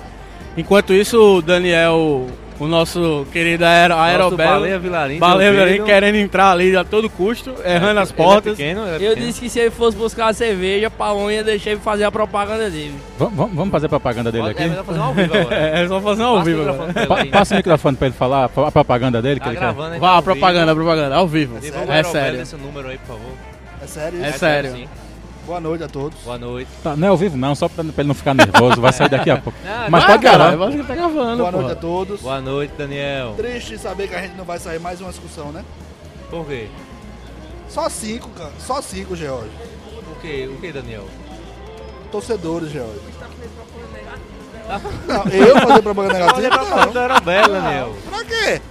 [SPEAKER 2] Enquanto isso, o Daniel, o nosso querido aero,
[SPEAKER 3] Nosso
[SPEAKER 2] Aerobelo,
[SPEAKER 3] Baleia Vilarim.
[SPEAKER 2] Valeu,
[SPEAKER 3] meu
[SPEAKER 2] velho,
[SPEAKER 3] filho.
[SPEAKER 2] querendo entrar ali a todo custo, errando as
[SPEAKER 3] Ele é
[SPEAKER 2] portas.
[SPEAKER 3] pequeno, ele é
[SPEAKER 4] Eu
[SPEAKER 3] pequeno.
[SPEAKER 4] disse que se ele fosse buscar a cerveja, Paulão ia deixar ele fazer a propaganda dele.
[SPEAKER 1] Vamos, vamos- vamos fazer a propaganda dele
[SPEAKER 3] Pode-
[SPEAKER 1] aqui?
[SPEAKER 3] É melhor fazer um ao vivo agora.
[SPEAKER 2] É, é só fazer ao
[SPEAKER 3] Passa o
[SPEAKER 2] vivo.
[SPEAKER 3] microfone
[SPEAKER 2] agora.
[SPEAKER 3] pra ela
[SPEAKER 1] Pa-
[SPEAKER 3] aí.
[SPEAKER 1] passa o microfone pra ele falar a propaganda dele que
[SPEAKER 3] Tá
[SPEAKER 1] ele
[SPEAKER 3] gravando, né?
[SPEAKER 2] Vá,
[SPEAKER 3] Tá
[SPEAKER 2] a propaganda, a propaganda, ao vivo.
[SPEAKER 3] Ao vivo. Devolve o
[SPEAKER 2] É
[SPEAKER 3] Aerobelo
[SPEAKER 2] sério.
[SPEAKER 3] desse número aí, por favor.
[SPEAKER 5] É sério
[SPEAKER 2] É
[SPEAKER 5] isso?
[SPEAKER 2] sério.
[SPEAKER 3] sim.
[SPEAKER 5] Boa noite a todos.
[SPEAKER 3] Boa noite.
[SPEAKER 1] Tá, não é ao vivo não, só pra, pra ele não ficar nervoso, vai sair daqui a pouco.
[SPEAKER 3] Não,
[SPEAKER 1] Mas
[SPEAKER 2] Ah,
[SPEAKER 1] pode
[SPEAKER 2] caralho,
[SPEAKER 1] gravar.
[SPEAKER 2] eu acho que tá gravando,
[SPEAKER 5] Boa noite
[SPEAKER 2] porra.
[SPEAKER 5] a todos.
[SPEAKER 3] Boa noite, Daniel.
[SPEAKER 5] Triste saber que a gente não vai sair mais uma discussão, né?
[SPEAKER 3] Por quê?
[SPEAKER 5] Só cinco, cara. Só cinco, George.
[SPEAKER 3] O que, o que Daniel?
[SPEAKER 5] Torcedores, George.
[SPEAKER 3] Tá
[SPEAKER 5] Não, eu fazer propaganda
[SPEAKER 3] Olha
[SPEAKER 5] negativa?
[SPEAKER 3] pra
[SPEAKER 5] Não.
[SPEAKER 3] parte do Aerobelo, Daniel.
[SPEAKER 5] Pra quê?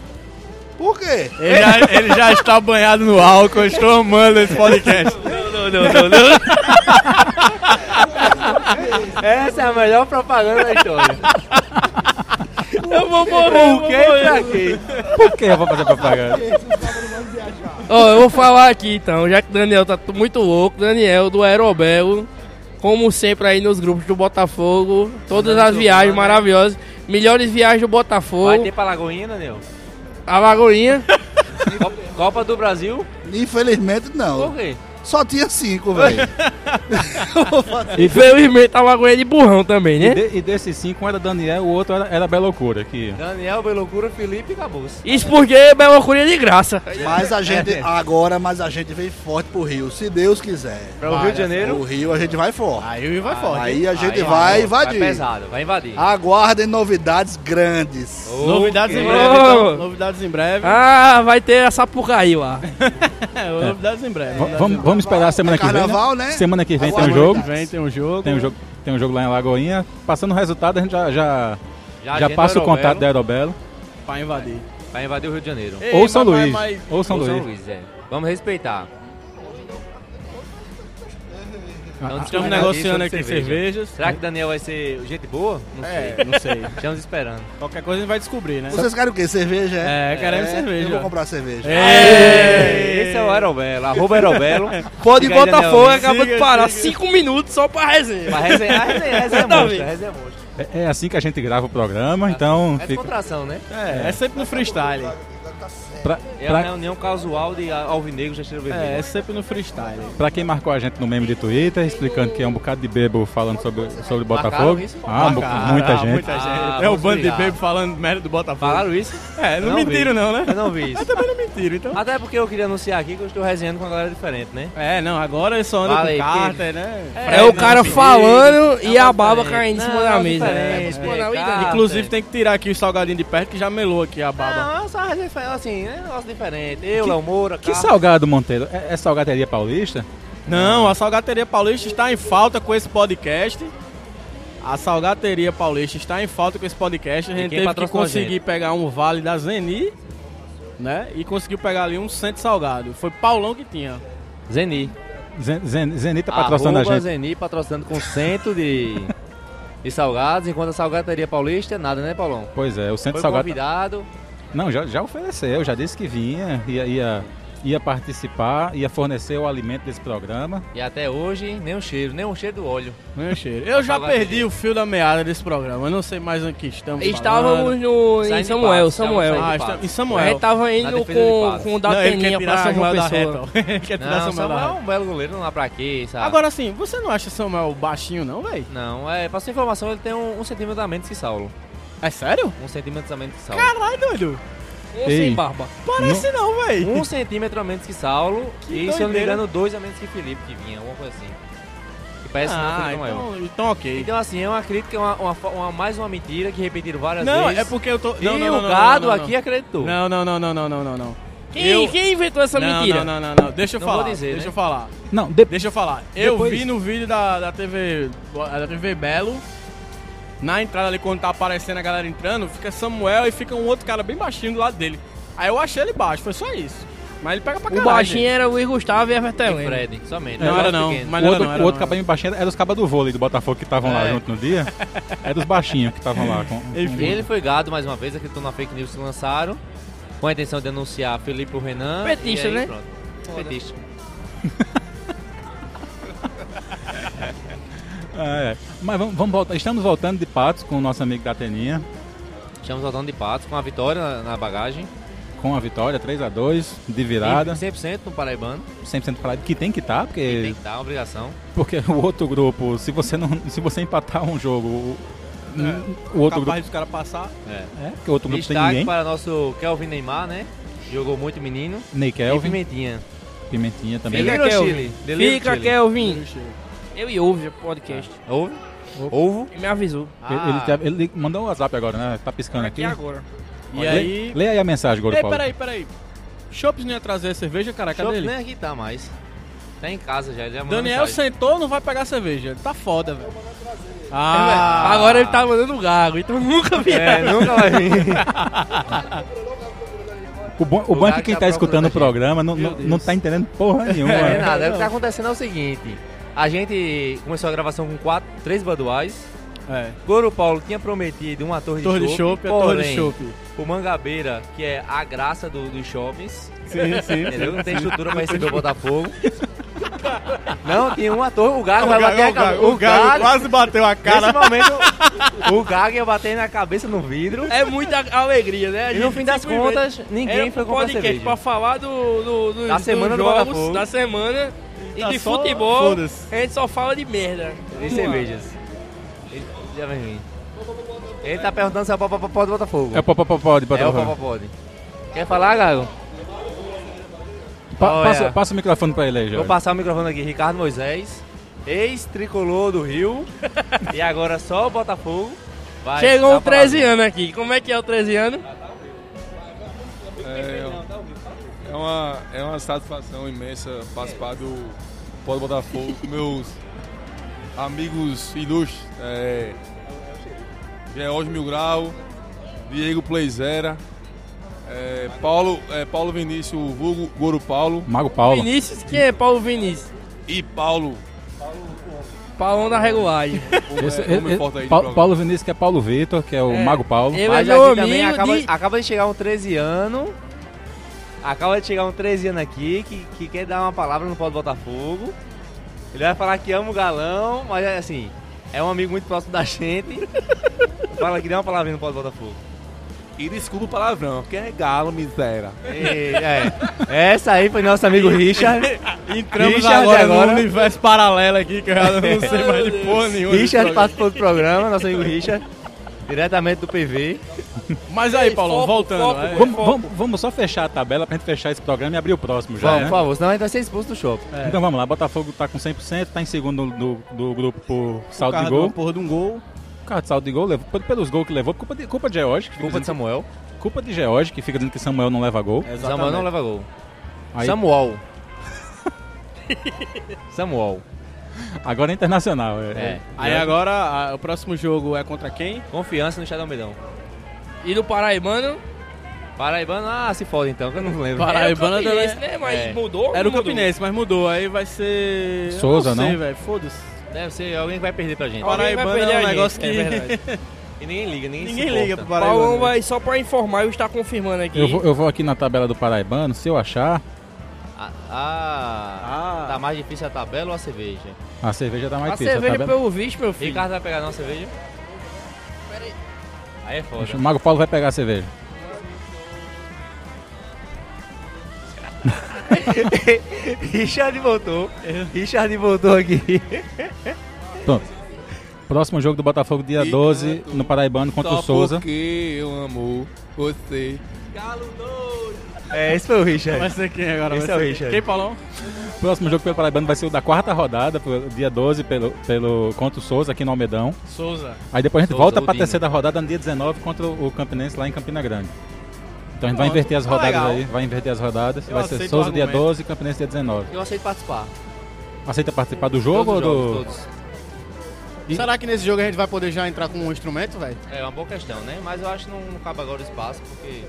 [SPEAKER 5] Por quê?
[SPEAKER 2] Ele já, ele já está banhado no álcool, eu estou amando esse podcast.
[SPEAKER 3] Não, não, não, não, não. Essa é a melhor propaganda da história.
[SPEAKER 4] Eu vou morrer, eu vou
[SPEAKER 2] é
[SPEAKER 4] morrer.
[SPEAKER 3] quê?
[SPEAKER 1] Por que eu vou fazer propaganda?
[SPEAKER 4] Ó, eu vou falar aqui então, já que o Daniel tá t- muito louco, Daniel do Aerobel, como sempre aí nos grupos do Botafogo, todas as viagens maravilhosas, melhores viagens do
[SPEAKER 3] né? Vai
[SPEAKER 4] Botafogo,
[SPEAKER 3] ter pra Lagoinha, Daniel?
[SPEAKER 4] a Lagoinha,
[SPEAKER 3] Co- Copa do Brasil?
[SPEAKER 5] Infelizmente,
[SPEAKER 3] Por
[SPEAKER 5] não.
[SPEAKER 3] quê?
[SPEAKER 5] Só tinha cinco, velho.
[SPEAKER 4] e felizmente a Lagoinha de burrão também,
[SPEAKER 1] E,
[SPEAKER 4] né?
[SPEAKER 1] de- e desses cinco, um era Daniel, o outro era, era Belocura, que...
[SPEAKER 3] Daniel, Belocura, Felipe e Caboclo.
[SPEAKER 4] Isso porque Belocura é de graça.
[SPEAKER 5] Mas a
[SPEAKER 3] É.
[SPEAKER 5] gente, agora, mas a gente vem forte pro Rio, se Deus quiser.
[SPEAKER 3] Para o Rio de
[SPEAKER 5] O
[SPEAKER 3] Janeiro?
[SPEAKER 5] Rio a gente vai forte.
[SPEAKER 2] Ah, Aí o Rio vai forte.
[SPEAKER 5] Aí a gente
[SPEAKER 3] Aí,
[SPEAKER 5] vai
[SPEAKER 3] amor,
[SPEAKER 5] invadir. Ah,
[SPEAKER 3] Vai pesado, vai invadir.
[SPEAKER 5] Aguardem novidades grandes.
[SPEAKER 3] Ok.
[SPEAKER 2] Novidades em
[SPEAKER 4] Ok.
[SPEAKER 2] breve, então.
[SPEAKER 4] Oh.
[SPEAKER 2] Novidades em breve.
[SPEAKER 4] Ah, vai ter a Sapucaí lá.
[SPEAKER 2] É, novidades em breve.
[SPEAKER 1] V- vamos, vamos esperar a semana
[SPEAKER 5] É carnaval,
[SPEAKER 1] que vem.
[SPEAKER 5] né?
[SPEAKER 1] Semana que vem tem um
[SPEAKER 5] Aguarda.
[SPEAKER 1] jogo.
[SPEAKER 2] Vem, tem um jogo.
[SPEAKER 1] Tem um jogo, tem um jogo lá em Lagoinha. Passando o resultado, a gente já, já, já
[SPEAKER 3] agenda
[SPEAKER 1] passa o
[SPEAKER 3] Aerobelo
[SPEAKER 1] contato da Aerobelo.
[SPEAKER 2] Pra invadir.
[SPEAKER 3] Pra né? invadir o Rio de Janeiro.
[SPEAKER 2] Ei,
[SPEAKER 1] Ou São
[SPEAKER 2] mas-
[SPEAKER 1] Luís.
[SPEAKER 2] mas-
[SPEAKER 1] Ou São
[SPEAKER 3] Ou
[SPEAKER 1] Luís.
[SPEAKER 3] Luís, é. Vamos respeitar. Então,
[SPEAKER 2] Estamos
[SPEAKER 3] discutir
[SPEAKER 2] negociando
[SPEAKER 3] sobre
[SPEAKER 2] aqui
[SPEAKER 3] cerveja.
[SPEAKER 2] cervejas.
[SPEAKER 3] Será que Daniel vai ser gente boa? Não
[SPEAKER 2] É, não sei.
[SPEAKER 3] sei. Estamos esperando.
[SPEAKER 2] Qualquer coisa a gente vai descobrir, né?
[SPEAKER 5] Vocês querem o quê? Cerveja?
[SPEAKER 2] É, queremos cerveja. É,
[SPEAKER 5] Eu vou comprar cerveja.
[SPEAKER 2] Ei!
[SPEAKER 3] Esse é o Aerobelo, arroba Aerobelo.
[SPEAKER 4] Pode
[SPEAKER 3] Fica aí,
[SPEAKER 4] botar
[SPEAKER 3] Daniel,
[SPEAKER 4] fogo,
[SPEAKER 3] siga,
[SPEAKER 4] acabou de parar. Cinco minutos só pra resenha.
[SPEAKER 3] Mas resenha, a resenha, a resenha é
[SPEAKER 4] Tá
[SPEAKER 3] monstra,
[SPEAKER 4] vendo?
[SPEAKER 3] a resenha é monstra.
[SPEAKER 1] É, é assim que a gente grava o programa, então fica
[SPEAKER 3] É descontração, né?
[SPEAKER 2] É, é sempre no freestyle.
[SPEAKER 1] pra,
[SPEAKER 3] É
[SPEAKER 1] pra-
[SPEAKER 3] uma reunião casual de alvinegro, já vermelho.
[SPEAKER 2] É, é sempre no freestyle.
[SPEAKER 1] pra quem marcou a gente no meme de Twitter, explicando que é um bocado de bebo falando sobre, sobre
[SPEAKER 3] Marcaram
[SPEAKER 1] Botafogo.
[SPEAKER 3] isso?
[SPEAKER 1] Ah, um bo-
[SPEAKER 2] Cara,
[SPEAKER 1] muita
[SPEAKER 2] ah,
[SPEAKER 1] gente.
[SPEAKER 3] Ah,
[SPEAKER 2] é o
[SPEAKER 3] vamos
[SPEAKER 2] bando de
[SPEAKER 3] brigar.
[SPEAKER 2] baby falando merda do Botafogo.
[SPEAKER 3] Falaram isso?
[SPEAKER 2] É, não,
[SPEAKER 3] Eu vi.
[SPEAKER 2] mentiram não, né?
[SPEAKER 3] Eu não vi isso.
[SPEAKER 2] Eu também não mentiro, então.
[SPEAKER 3] Até porque eu queria anunciar aqui que eu estou resenhando com uma galera diferente, né?
[SPEAKER 2] É, não, agora ele só anda
[SPEAKER 3] Fala aí,
[SPEAKER 2] com
[SPEAKER 3] Pedro.
[SPEAKER 2] carta, né?
[SPEAKER 4] É o cara
[SPEAKER 3] não,
[SPEAKER 4] falando
[SPEAKER 3] não,
[SPEAKER 4] e a
[SPEAKER 3] não,
[SPEAKER 4] baba
[SPEAKER 3] diferente.
[SPEAKER 4] caindo em cima
[SPEAKER 3] é Não,
[SPEAKER 4] da
[SPEAKER 3] não,
[SPEAKER 4] mesa.
[SPEAKER 3] diferente,
[SPEAKER 4] É, pô, não,
[SPEAKER 3] cara.
[SPEAKER 4] ideia.
[SPEAKER 2] Inclusive tem que tirar aqui o salgadinho de perto que já melou aqui a baba.
[SPEAKER 3] Não, é só uma resenha diferente, assim, é um negócio diferente. Eu, Léo Moura,
[SPEAKER 1] Que
[SPEAKER 3] Carlos.
[SPEAKER 1] salgado, Monteiro? É, é salgateria paulista?
[SPEAKER 2] Não, a Salgateria Paulista está em falta com esse podcast. A Salgateria Paulista está em falta com esse podcast. A
[SPEAKER 3] E
[SPEAKER 2] gente
[SPEAKER 3] quem
[SPEAKER 2] teve que
[SPEAKER 3] patrocinou a gente?
[SPEAKER 2] conseguir pegar um vale da Zeni, né? E conseguiu pegar ali um cento salgado. Foi Paulão que tinha.
[SPEAKER 3] Zeni.
[SPEAKER 1] Zen, Zen- Zenita Tá
[SPEAKER 2] Ah,
[SPEAKER 1] patrocinando a
[SPEAKER 3] Arroba
[SPEAKER 1] gente.
[SPEAKER 3] Zeni patrocinando com cento de, de salgados, enquanto a Salgateria Paulista é nada, né, Paulão?
[SPEAKER 1] Pois é, o centro
[SPEAKER 3] Foi
[SPEAKER 1] salgado.
[SPEAKER 3] convidado.
[SPEAKER 1] Não, já, já ofereceu, já disse que vinha, ia, ia, ia participar, ia fornecer o alimento desse programa.
[SPEAKER 3] E até hoje, nem o cheiro, nem o cheiro do óleo.
[SPEAKER 2] Meu cheiro. Eu já
[SPEAKER 3] Salgateria.
[SPEAKER 2] perdi o fio da meada desse programa. Eu não sei mais onde que estamos.
[SPEAKER 4] Estávamos
[SPEAKER 2] falando.
[SPEAKER 4] no, em
[SPEAKER 3] Saindo
[SPEAKER 4] Samuel,
[SPEAKER 3] de passo,
[SPEAKER 4] Samuel.
[SPEAKER 2] Ah,
[SPEAKER 3] Saindo de
[SPEAKER 2] está...
[SPEAKER 3] passo.
[SPEAKER 2] e
[SPEAKER 4] A
[SPEAKER 2] Samuel.
[SPEAKER 4] gente é, tava
[SPEAKER 3] Na
[SPEAKER 4] indo
[SPEAKER 3] defesa de
[SPEAKER 4] com,
[SPEAKER 3] passo.
[SPEAKER 4] com o
[SPEAKER 2] Não, ele quer
[SPEAKER 4] Dateninha pra
[SPEAKER 2] tirar Samuel
[SPEAKER 4] João
[SPEAKER 2] da
[SPEAKER 4] Pessoa.
[SPEAKER 2] reta. ó. Ele quer tirar
[SPEAKER 3] Não,
[SPEAKER 2] Samuel da
[SPEAKER 3] Samuel é
[SPEAKER 2] reta.
[SPEAKER 3] um belo goleiro, não dá pra quê, sabe?
[SPEAKER 2] Agora sim, você não acha Samuel baixinho não, velho?
[SPEAKER 3] Não, é, pra sua informação, ele tem um, um centímetro a menos que Saulo.
[SPEAKER 2] É sério?
[SPEAKER 3] Um centímetro a menos que Saulo.
[SPEAKER 2] Caralho, doido.
[SPEAKER 4] Um
[SPEAKER 1] Ei.
[SPEAKER 4] sem barba.
[SPEAKER 2] Parece não, velho.
[SPEAKER 3] Um centímetro a menos que Saulo.
[SPEAKER 2] Que
[SPEAKER 3] e, se eu não me
[SPEAKER 2] doideira.
[SPEAKER 3] engano, dois a menos que Felipe, que vinha, alguma coisa assim. Que parece um
[SPEAKER 2] Ah,
[SPEAKER 3] centímetro maior.
[SPEAKER 2] então, então ok.
[SPEAKER 3] Então, assim, é uma crítica, uma, uma fa- uma- mais uma mentira que repetiram várias
[SPEAKER 2] Não,
[SPEAKER 3] vezes.
[SPEAKER 2] é porque eu tô.
[SPEAKER 3] E
[SPEAKER 2] Não, não, não,
[SPEAKER 3] o
[SPEAKER 2] não,
[SPEAKER 3] gado
[SPEAKER 2] não, não, não.
[SPEAKER 3] aqui é acreditou.
[SPEAKER 2] Não, não, não, não, não, não, não, não.
[SPEAKER 4] Quem,
[SPEAKER 2] Eu-
[SPEAKER 4] quem inventou essa
[SPEAKER 2] não,
[SPEAKER 4] mentira?
[SPEAKER 2] Não, não, não, não. Deixa eu
[SPEAKER 3] é Não vou
[SPEAKER 2] falar.
[SPEAKER 3] dizer,
[SPEAKER 2] deixa
[SPEAKER 3] né?
[SPEAKER 2] eu falar.
[SPEAKER 1] Não, de-
[SPEAKER 2] Deixa eu falar. Eu
[SPEAKER 1] Depois-
[SPEAKER 2] vi no vídeo da, da TV. Da TV Belo. Na entrada ali, quando tá aparecendo a galera entrando, fica Samuel e fica um outro cara bem baixinho do lado dele. Aí eu achei ele baixo, foi só isso. Mas ele pega pra
[SPEAKER 4] O
[SPEAKER 2] caralho.
[SPEAKER 4] baixinho era o Luiz Gustavo e a
[SPEAKER 3] E
[SPEAKER 4] Vertelena.
[SPEAKER 3] Fred, somente.
[SPEAKER 2] Não, era não.
[SPEAKER 3] é Pequeno.
[SPEAKER 1] o
[SPEAKER 2] Mas não,
[SPEAKER 1] outro,
[SPEAKER 2] não,
[SPEAKER 1] o
[SPEAKER 2] era
[SPEAKER 1] outro
[SPEAKER 2] não.
[SPEAKER 1] cabinho baixinho era os cabas do vôlei do Botafogo que estavam lá
[SPEAKER 3] É.
[SPEAKER 1] junto no dia. Era dos baixinhos que estavam lá. Com, com-
[SPEAKER 2] Enfim.
[SPEAKER 3] Ele foi gado mais uma vez, acreditou na fake news que lançaram. Com a intenção de denunciar Felipe Renan.
[SPEAKER 4] Petista,
[SPEAKER 3] e aí,
[SPEAKER 4] né?
[SPEAKER 3] Pronto. Petista.
[SPEAKER 1] É, mas vamos, vamos voltar. Estamos voltando de patos com o nosso amigo da Ateninha,
[SPEAKER 3] Estamos voltando de patos com a vitória na- na bagagem.
[SPEAKER 1] com a vitória 3x2, de virada,
[SPEAKER 3] 100% no Paraibano.
[SPEAKER 1] 100% parado, que tem que estar,
[SPEAKER 3] Tem
[SPEAKER 1] porque,
[SPEAKER 3] que dar uma obrigação.
[SPEAKER 1] porque o outro grupo, se você, não, se você empatar um jogo, o, um, o outro
[SPEAKER 2] Capaz
[SPEAKER 1] grupo.
[SPEAKER 2] dos caras passar.
[SPEAKER 3] É.
[SPEAKER 1] É, porque o outro grupo tem
[SPEAKER 3] Destaque
[SPEAKER 1] ninguém.
[SPEAKER 3] para nosso Kelvin Neymar, né? Jogou muito menino.
[SPEAKER 1] Ney
[SPEAKER 3] E
[SPEAKER 1] Kelvin,
[SPEAKER 3] Pimentinha.
[SPEAKER 1] Pimentinha também.
[SPEAKER 3] Fica,
[SPEAKER 4] Delírio
[SPEAKER 3] Kelvin. Delírio
[SPEAKER 4] Fica,
[SPEAKER 3] Chile.
[SPEAKER 4] Kelvin. Eu e ouve o podcast.
[SPEAKER 3] Ovo? Ovo?
[SPEAKER 4] Ele me avisou.
[SPEAKER 1] Ele-
[SPEAKER 3] Ah.
[SPEAKER 1] Ele, tá- ele mandou um WhatsApp agora, né? Tá piscando aqui.
[SPEAKER 4] Aqui é agora.
[SPEAKER 2] E aí.
[SPEAKER 1] Lê, lê aí a mensagem, Goro
[SPEAKER 2] Ei,
[SPEAKER 1] Paulo.
[SPEAKER 2] peraí, peraí. Chops não ia trazer a cerveja, cara, cadê
[SPEAKER 3] Chopp
[SPEAKER 2] ele?
[SPEAKER 3] nem aqui tá mais. Tá em casa já. ele já mandou
[SPEAKER 2] Daniel
[SPEAKER 3] mensagem.
[SPEAKER 2] sentou, não vai pegar cerveja. Tá foda, velho. Ah.
[SPEAKER 4] Agora ele tá mandando gago, então nunca vi.
[SPEAKER 3] É, nunca vai vir.
[SPEAKER 1] O bom, o bom é que
[SPEAKER 3] Gago
[SPEAKER 1] quem
[SPEAKER 3] tá
[SPEAKER 1] tá escutando
[SPEAKER 3] procurando
[SPEAKER 1] o
[SPEAKER 3] a
[SPEAKER 1] programa não,
[SPEAKER 4] Meu
[SPEAKER 1] não,
[SPEAKER 4] Deus.
[SPEAKER 1] não tá entendendo porra nenhuma.
[SPEAKER 3] Não é
[SPEAKER 1] né?
[SPEAKER 3] nada. O que tá acontecendo é o seguinte. A gente começou a gravação com quatro, três baduais.
[SPEAKER 2] É.
[SPEAKER 3] Goro Paulo tinha prometido uma torre de
[SPEAKER 2] Torre de
[SPEAKER 3] chopp,
[SPEAKER 2] chopp, é torre de
[SPEAKER 3] porém,
[SPEAKER 2] chopp.
[SPEAKER 3] o Mangabeira, que é a graça do- dos shoppings,
[SPEAKER 2] Sim, sim.
[SPEAKER 3] entendeu? Não tem estrutura pra receber o Botafogo. Não, tinha uma torre, o Gago vai bater a cabeça.
[SPEAKER 2] o Gago quase bateu a
[SPEAKER 3] nesse
[SPEAKER 2] cara.
[SPEAKER 3] momento, o Gago ia bater na cabeça no vidro.
[SPEAKER 4] É muita alegria, né? A
[SPEAKER 3] E
[SPEAKER 4] gente
[SPEAKER 3] no fim das
[SPEAKER 4] simplesmente-
[SPEAKER 3] contas, ninguém
[SPEAKER 4] Era
[SPEAKER 3] foi
[SPEAKER 4] um
[SPEAKER 3] comprar
[SPEAKER 4] podcast
[SPEAKER 3] cerveja.
[SPEAKER 4] pra falar do, do, dos-
[SPEAKER 3] Da semana do
[SPEAKER 4] dos jogos,
[SPEAKER 3] Botafogo.
[SPEAKER 4] da semana e
[SPEAKER 2] Tá
[SPEAKER 4] de
[SPEAKER 2] só-
[SPEAKER 4] futebol.
[SPEAKER 2] foda-se.
[SPEAKER 4] A gente só fala de merda.
[SPEAKER 3] E cervejas. Ele já vem vir. Ele tá perguntando se é o Popopopó do Botafogo.
[SPEAKER 1] É o popopopó de
[SPEAKER 3] É o
[SPEAKER 1] Botafogo.
[SPEAKER 3] Popopode. Quer falar, Gago?
[SPEAKER 1] Pa-
[SPEAKER 3] Olha.
[SPEAKER 1] passa, passa o microfone pra ele aí,
[SPEAKER 3] Vou
[SPEAKER 1] Jorge.
[SPEAKER 3] passar o microfone aqui, Ricardo Moisés, ex-tricolor do Rio, e agora só o Botafogo. Vai
[SPEAKER 4] Chegou
[SPEAKER 3] dar
[SPEAKER 4] um 13
[SPEAKER 3] palavra.
[SPEAKER 4] anos aqui. Como é que é o 13 anos?
[SPEAKER 6] É, é uma, é uma satisfação imensa participar do Pode Botafogo com meus amigos ilustres. É, George Milgrau, Diego Pleizera, é, Paulo, é, Paulo Vinícius Vulgo, Goro Paulo
[SPEAKER 1] Mago Paulo.
[SPEAKER 4] Vinícius, quem é Paulo Vinícius?
[SPEAKER 6] e Paulo.
[SPEAKER 4] Paulão da regulagem.
[SPEAKER 6] Como
[SPEAKER 1] Esse-
[SPEAKER 6] é, como
[SPEAKER 1] ele-
[SPEAKER 6] importa aí no
[SPEAKER 1] Pa-
[SPEAKER 6] programa.
[SPEAKER 1] Paulo Vinícius, que é Paulo Vitor, que é o
[SPEAKER 4] É.
[SPEAKER 1] Mago Paulo.
[SPEAKER 4] Ele é
[SPEAKER 3] Mas
[SPEAKER 4] meu
[SPEAKER 3] aqui também
[SPEAKER 4] amigo
[SPEAKER 3] acaba
[SPEAKER 4] de...
[SPEAKER 3] de... acaba de chegar um 13 ano. Acaba de chegar um 13 ano aqui que, que quer dar uma palavra no pó do Botafogo. Ele vai falar que ama o galão, mas é assim, é um amigo muito próximo da gente. Fala que dá uma palavrinha no pó do Botafogo.
[SPEAKER 6] E desculpa o palavrão, que é galo, miséria.
[SPEAKER 3] E, é, essa aí foi nosso amigo Richard.
[SPEAKER 2] Entramos
[SPEAKER 3] Richard
[SPEAKER 2] agora,
[SPEAKER 3] agora.
[SPEAKER 2] num universo paralelo aqui, que eu já não sei mais de porra nenhuma. desse
[SPEAKER 3] Richard
[SPEAKER 2] programa.
[SPEAKER 3] participou do programa, nosso amigo Richard. Diretamente do PV.
[SPEAKER 2] Mas aí, Paulão,
[SPEAKER 4] Foco,
[SPEAKER 2] voltando.
[SPEAKER 4] É foco,
[SPEAKER 2] né?
[SPEAKER 1] Vamos, vamos- vamos só fechar a tabela pra gente fechar esse programa e abrir o próximo já,
[SPEAKER 3] Vamos,
[SPEAKER 1] né?
[SPEAKER 3] por favor, senão a gente vai ser expulso do shopping.
[SPEAKER 2] É.
[SPEAKER 1] Então vamos lá, Botafogo tá com 100%, tá em segundo do, do grupo por saldo de
[SPEAKER 2] Carro
[SPEAKER 1] gol.
[SPEAKER 2] uma Porra de um gol.
[SPEAKER 1] O carro de saldo de gol, levou, por- pelos gols que levou, culpa de, culpa de George. que fica
[SPEAKER 3] Culpa de É,
[SPEAKER 1] dizendo-
[SPEAKER 3] Samuel.
[SPEAKER 1] culpa de George, que fica dizendo que Samuel não leva gol.
[SPEAKER 3] Samuel não leva gol.
[SPEAKER 1] Aí,
[SPEAKER 3] Samuel. Samuel.
[SPEAKER 1] agora é internacional. É.
[SPEAKER 3] É.
[SPEAKER 2] Aí agora, a- o próximo jogo é contra quem?
[SPEAKER 3] Confiança no Estado Almeidão.
[SPEAKER 4] E do Paraibano?
[SPEAKER 3] Paraibano, ah, se foda então, que eu não lembro.
[SPEAKER 2] Para- Paraibano
[SPEAKER 4] era o Campinense,
[SPEAKER 2] também.
[SPEAKER 4] né? Mas
[SPEAKER 3] É.
[SPEAKER 4] mudou?
[SPEAKER 2] Era
[SPEAKER 4] Não
[SPEAKER 2] o
[SPEAKER 4] mudou?
[SPEAKER 2] Campinense, mas mudou. Aí vai ser... eu
[SPEAKER 1] Souza,
[SPEAKER 2] não? sei,
[SPEAKER 1] não?
[SPEAKER 2] velho, foda-se.
[SPEAKER 3] É, Deve ser alguém que vai perder pra gente.
[SPEAKER 4] Alguém vai
[SPEAKER 2] Paraibano
[SPEAKER 4] perder
[SPEAKER 2] é
[SPEAKER 4] a
[SPEAKER 2] um
[SPEAKER 4] gente, é
[SPEAKER 2] negócio que...
[SPEAKER 4] verdade.
[SPEAKER 3] E ninguém liga, ninguém,
[SPEAKER 2] Ninguém
[SPEAKER 3] se
[SPEAKER 2] liga pro
[SPEAKER 3] importa.
[SPEAKER 2] Paraibano. né?
[SPEAKER 4] Paulão vai só pra informar, eu está confirmando aqui.
[SPEAKER 1] Eu, vou, eu vou aqui na tabela do Paraibano, se eu achar,
[SPEAKER 3] Ah, ah,
[SPEAKER 2] Ah.
[SPEAKER 3] tá mais difícil a tabela ou a cerveja?
[SPEAKER 1] a cerveja tá mais
[SPEAKER 4] A
[SPEAKER 1] difícil. a
[SPEAKER 4] cerveja,
[SPEAKER 1] tabela-
[SPEAKER 4] pelo visto, meu filho.
[SPEAKER 3] Ricardo vai pegar não a cerveja? Aí é foda.
[SPEAKER 1] O Mago Paulo vai pegar a cerveja.
[SPEAKER 3] Richard voltou. Richard voltou aqui.
[SPEAKER 1] Pronto. Próximo jogo do Botafogo, dia
[SPEAKER 6] E
[SPEAKER 1] 12,
[SPEAKER 6] canto
[SPEAKER 1] no Paraibano, contra
[SPEAKER 6] Só
[SPEAKER 1] o Souza.
[SPEAKER 6] porque eu amo você.
[SPEAKER 3] É, esse foi o Richard.
[SPEAKER 2] Vai ser quem agora?
[SPEAKER 3] Esse
[SPEAKER 2] vai
[SPEAKER 3] é o
[SPEAKER 2] ser
[SPEAKER 3] Richard.
[SPEAKER 2] Quem, Paulão?
[SPEAKER 1] Próximo jogo pelo Paraibano vai ser o da quarta rodada, pelo- dia 12, pelo, pelo, contra o Souza, aqui no Almedão.
[SPEAKER 2] Souza.
[SPEAKER 1] Aí depois a gente
[SPEAKER 3] Souza,
[SPEAKER 1] volta pra
[SPEAKER 3] Odinho.
[SPEAKER 1] terceira rodada no dia 19 contra o Campinense lá em Campina Grande. Então a gente vai
[SPEAKER 2] Pronto.
[SPEAKER 1] inverter
[SPEAKER 3] tá
[SPEAKER 1] as
[SPEAKER 2] Ah,
[SPEAKER 1] rodadas
[SPEAKER 2] legal.
[SPEAKER 1] aí, vai inverter as rodadas.
[SPEAKER 2] Eu
[SPEAKER 1] vai ser
[SPEAKER 2] aceito
[SPEAKER 1] Souza
[SPEAKER 2] o
[SPEAKER 1] dia
[SPEAKER 2] argumento.
[SPEAKER 1] 12 e Campinense dia 19.
[SPEAKER 3] Eu aceito participar.
[SPEAKER 1] Aceita participar do jogo ou
[SPEAKER 3] todos os
[SPEAKER 1] do.
[SPEAKER 3] jogos, todos.
[SPEAKER 1] E-
[SPEAKER 7] Será que nesse jogo a gente vai poder já entrar com um instrumento, velho?
[SPEAKER 3] É uma boa questão, né? Mas eu acho que não, não cabe agora o espaço, porque...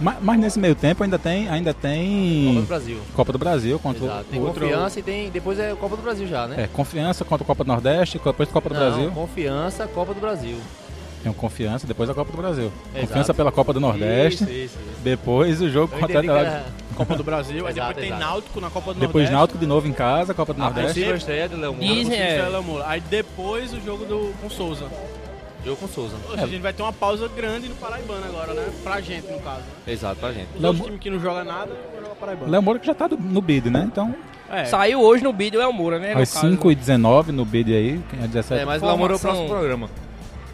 [SPEAKER 1] Ma- Mas, nesse meio tempo ainda tem, ainda
[SPEAKER 3] Copa
[SPEAKER 1] tem
[SPEAKER 3] do Brasil.
[SPEAKER 1] Copa do Brasil contra
[SPEAKER 3] Exato. Tem
[SPEAKER 1] o outro.
[SPEAKER 3] confiança e tem... Depois é Copa do Brasil já, né?
[SPEAKER 1] É, confiança contra a Copa do Nordeste, depois Copa do
[SPEAKER 3] Não,
[SPEAKER 1] Brasil.
[SPEAKER 3] Confiança, Copa do Brasil.
[SPEAKER 1] Tem o confiança, depois a Copa do Brasil.
[SPEAKER 3] Exato.
[SPEAKER 1] Confiança pela Copa do Nordeste,
[SPEAKER 3] Isso, isso, isso.
[SPEAKER 1] depois o jogo
[SPEAKER 3] Eu
[SPEAKER 1] contra
[SPEAKER 3] entendi que
[SPEAKER 1] Atlético.
[SPEAKER 3] era...
[SPEAKER 2] Copa do Brasil. Aí depois
[SPEAKER 3] Exato,
[SPEAKER 2] tem
[SPEAKER 3] exato.
[SPEAKER 2] Náutico na Copa do
[SPEAKER 1] Depois
[SPEAKER 2] Nordeste.
[SPEAKER 1] Náutico de novo em casa, Copa do
[SPEAKER 3] A
[SPEAKER 1] Nordeste.
[SPEAKER 3] possível estreia do Léo Moura.
[SPEAKER 4] Dizem,
[SPEAKER 2] Isso,
[SPEAKER 4] é.
[SPEAKER 2] Estrela Moura. Aí depois o jogo do, com Souza.
[SPEAKER 3] Jogo com Souza.
[SPEAKER 2] Ou
[SPEAKER 1] É.
[SPEAKER 2] seja, a gente vai ter uma pausa grande no Paraibano agora, né? Pra gente, no caso.
[SPEAKER 3] Exato, pra gente.
[SPEAKER 2] Os
[SPEAKER 1] Não,
[SPEAKER 2] outros
[SPEAKER 1] mo-
[SPEAKER 2] times que não jogam nada, vão jogar Paraibano.
[SPEAKER 1] Léo Moura que já tá do- no bid, né? Então,
[SPEAKER 2] É,
[SPEAKER 4] Saiu hoje no vídeo, é o Moura, né? no
[SPEAKER 1] às
[SPEAKER 4] caso.
[SPEAKER 1] 5h19 no bid aí, é 17
[SPEAKER 3] É, mas o Léo Moura é o
[SPEAKER 4] Formação.
[SPEAKER 3] próximo programa.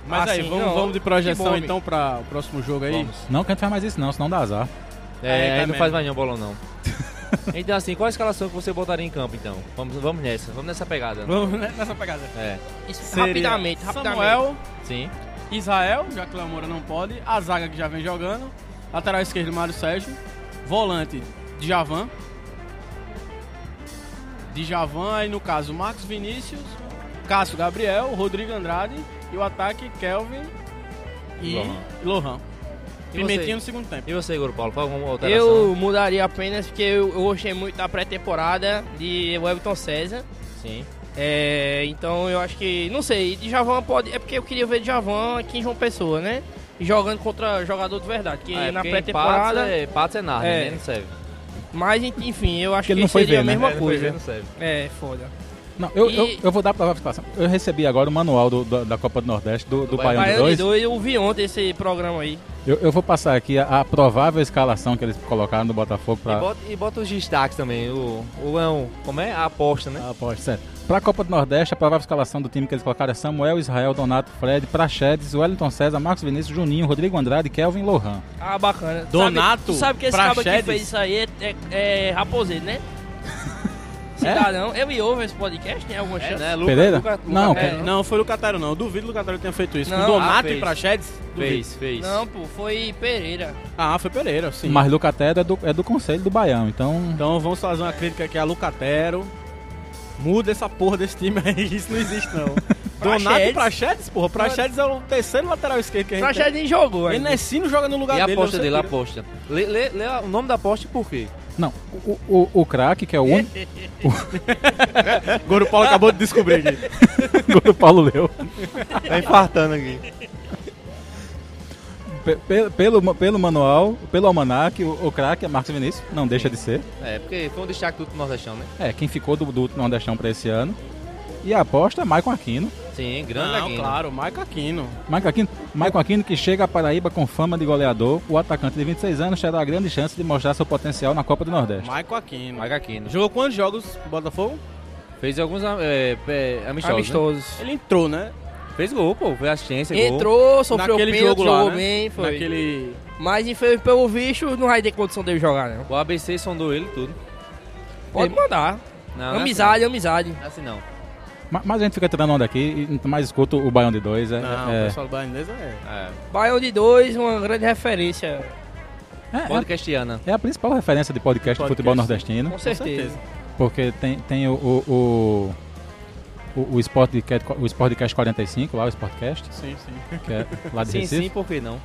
[SPEAKER 2] mas aí,
[SPEAKER 1] Ah,
[SPEAKER 4] assim,
[SPEAKER 2] vamos,
[SPEAKER 4] não,
[SPEAKER 2] vamos de
[SPEAKER 4] que
[SPEAKER 2] projeção
[SPEAKER 4] bom,
[SPEAKER 2] então pra o próximo jogo aí.
[SPEAKER 1] Não que a gente faz mais isso não, senão dá azar.
[SPEAKER 3] É,
[SPEAKER 2] Aí
[SPEAKER 3] aí,
[SPEAKER 2] tá
[SPEAKER 3] não
[SPEAKER 2] mesmo.
[SPEAKER 3] faz mais nenhum bolão, não. então, assim, qual a escalação que você botaria em campo, então? Vamos, vamos nessa, vamos nessa pegada.
[SPEAKER 2] Vamos né, nessa pegada.
[SPEAKER 3] É,
[SPEAKER 4] Isso,
[SPEAKER 2] Seria
[SPEAKER 4] rapidamente, rapidamente.
[SPEAKER 2] Samuel,
[SPEAKER 3] sim.
[SPEAKER 2] Israel, já que o Moura não pode. A zaga que já vem jogando. Lateral esquerdo, Mário Sérgio. Volante, Djavan. Djavan, aí no caso, Marcos Vinícius, Cássio Gabriel, Rodrigo Andrade. E o ataque, Kelvin e
[SPEAKER 3] Lohan.
[SPEAKER 2] Lohan.
[SPEAKER 3] E
[SPEAKER 2] Pimentinha
[SPEAKER 3] você?
[SPEAKER 2] no segundo tempo.
[SPEAKER 3] E você, Igor Paulo, qual alguma alteração?
[SPEAKER 4] Eu mudaria apenas porque eu, eu gostei muito da pré-temporada de Wellington César.
[SPEAKER 3] Sim.
[SPEAKER 4] É, então eu acho que. Não sei, Djavan pode. É porque eu queria ver Djavan aqui em João Pessoa, né? Jogando contra jogador de verdade. Que
[SPEAKER 3] Ah, é
[SPEAKER 4] na
[SPEAKER 3] porque
[SPEAKER 4] pré-temporada.
[SPEAKER 3] Patos é, Patos é Narnia,
[SPEAKER 4] É.
[SPEAKER 3] né? Não serve.
[SPEAKER 4] Mas enfim, eu acho
[SPEAKER 1] Porque ele
[SPEAKER 4] que
[SPEAKER 1] não foi
[SPEAKER 4] seria
[SPEAKER 1] ver,
[SPEAKER 4] a
[SPEAKER 1] né?
[SPEAKER 4] mesma
[SPEAKER 3] É, depois
[SPEAKER 4] coisa.
[SPEAKER 3] não serve.
[SPEAKER 4] É, foda.
[SPEAKER 1] Não, eu,
[SPEAKER 4] E-
[SPEAKER 1] eu, eu vou dar pra participação. Eu recebi agora o manual do- do- da Copa do Nordeste, do, do Baiano
[SPEAKER 4] Baiano de
[SPEAKER 1] 2.
[SPEAKER 4] dois, eu vi ontem esse programa aí.
[SPEAKER 1] Eu, eu vou passar aqui a, a provável escalação que eles colocaram no Botafogo
[SPEAKER 3] E,
[SPEAKER 1] pra...
[SPEAKER 3] bota, e bota os destaques também. O, o é um- como é? A aposta, né?
[SPEAKER 1] Ah, pode, certo. Pra Copa do Nordeste, a provável escalação do time que eles colocaram é Samuel, Israel, Donato, Fred, Praxedes, Wellington César, Marcos Vinícius, Juninho, Rodrigo Andrade, Kelvin e Lohan.
[SPEAKER 4] Ah, bacana. Sabe-
[SPEAKER 2] Donato
[SPEAKER 4] tu sabe que esse cara que
[SPEAKER 2] Praxedes?
[SPEAKER 4] fez isso aí é, é, é raposeiro, né? Cidadão.
[SPEAKER 3] É?
[SPEAKER 4] Ele ouve esse podcast? Tem alguma chance?
[SPEAKER 3] Luca-
[SPEAKER 1] Pereira?
[SPEAKER 3] Luca- Luca-
[SPEAKER 1] não,
[SPEAKER 4] é,
[SPEAKER 1] cara,
[SPEAKER 2] Não, foi o Lucataro não. Eu duvido que o Lucataro tenha feito isso.
[SPEAKER 4] Não,
[SPEAKER 2] Com Donato
[SPEAKER 3] ah,
[SPEAKER 2] e
[SPEAKER 3] fez.
[SPEAKER 2] Praxedes? Duvido.
[SPEAKER 3] Fez, fez.
[SPEAKER 4] Não, pô, foi Pereira.
[SPEAKER 2] Ah, foi Pereira, sim.
[SPEAKER 1] mas Lucatero é do, é do Conselho do Baião, então...
[SPEAKER 2] Então vamos fazer uma crítica aqui a Lucatero. Muda essa porra desse time aí, isso não existe não. Donato
[SPEAKER 4] Praxedes.
[SPEAKER 2] e Praxedes, porra. Praxedes é o terceiro lateral esquerdo que
[SPEAKER 3] Então,
[SPEAKER 2] a gente
[SPEAKER 4] Praxedes nem jogou
[SPEAKER 3] é
[SPEAKER 2] tem.
[SPEAKER 4] ainda.
[SPEAKER 2] Enesino joga no lugar
[SPEAKER 3] E a
[SPEAKER 2] dele.
[SPEAKER 3] aposta
[SPEAKER 2] você
[SPEAKER 3] dele, a
[SPEAKER 2] tira.
[SPEAKER 3] aposta. Lê, lê- lê o nome da aposta e por quê?
[SPEAKER 1] Não, o, o, o craque, que é o único.
[SPEAKER 7] Agora o Paulo acabou de descobrir aqui.
[SPEAKER 1] Quando o Paulo leu.
[SPEAKER 7] Tá infartando aqui.
[SPEAKER 1] Pe- pe- Pelo, pelo manual, pelo almanac, o, o craque é Marcos Vinícius, não deixa de ser.
[SPEAKER 3] É, porque foi um destaque do Nordestão, né?
[SPEAKER 1] É, quem ficou do, do último Nordestão pra esse ano. E a aposta é Maicon Aquino.
[SPEAKER 3] Sim, grande
[SPEAKER 2] Não,
[SPEAKER 3] Aquino.
[SPEAKER 2] claro, Maico Aquino.
[SPEAKER 1] Maicon Aquino, Maicon Aquino que chega à Paraíba com fama de goleador, o atacante de 26 anos terá a grande chance de mostrar seu potencial na Copa do Nordeste.
[SPEAKER 2] Maico Aquino.
[SPEAKER 3] Maga Aquino.
[SPEAKER 2] Jogou quantos jogos Botafogo?
[SPEAKER 3] Fez alguns é, é, amistosos,
[SPEAKER 4] Amistosos.
[SPEAKER 2] Ele entrou, né?
[SPEAKER 3] né? Fez gol, pô. Foi assistência, gol.
[SPEAKER 4] Entrou, sofreu
[SPEAKER 2] Naquele
[SPEAKER 4] pênalti,
[SPEAKER 2] jogo lá,
[SPEAKER 4] jogou
[SPEAKER 2] né?
[SPEAKER 4] bem, foi.
[SPEAKER 2] Naquele.
[SPEAKER 4] Mas infelizmente, pelo visto, não vai ter condição dele jogar, não.
[SPEAKER 3] O ABC sondou ele tudo.
[SPEAKER 4] Pode mandar.
[SPEAKER 2] Ah,
[SPEAKER 3] Não,
[SPEAKER 2] né,
[SPEAKER 3] não é
[SPEAKER 4] amizade, amizade.
[SPEAKER 3] Assim não.
[SPEAKER 1] Ma- Mas a gente fica tirando onda aqui, e mais escuta o Baião de 2. É,
[SPEAKER 2] Não, o
[SPEAKER 1] é,
[SPEAKER 2] pessoal do Bahia é.
[SPEAKER 3] É,
[SPEAKER 4] Baião de dois, uma grande referência.
[SPEAKER 1] é-
[SPEAKER 3] podcastiana.
[SPEAKER 1] é a principal referência de podcast, de futebol nordestino.
[SPEAKER 4] Com certeza.
[SPEAKER 1] Porque tem, tem o, o, o, o, o Sportcast, o Sportcast 45, lá o Sportcast,
[SPEAKER 2] Sim, sim.
[SPEAKER 1] que é lá de
[SPEAKER 3] Sim,
[SPEAKER 1] Recife.
[SPEAKER 3] sim, por que não?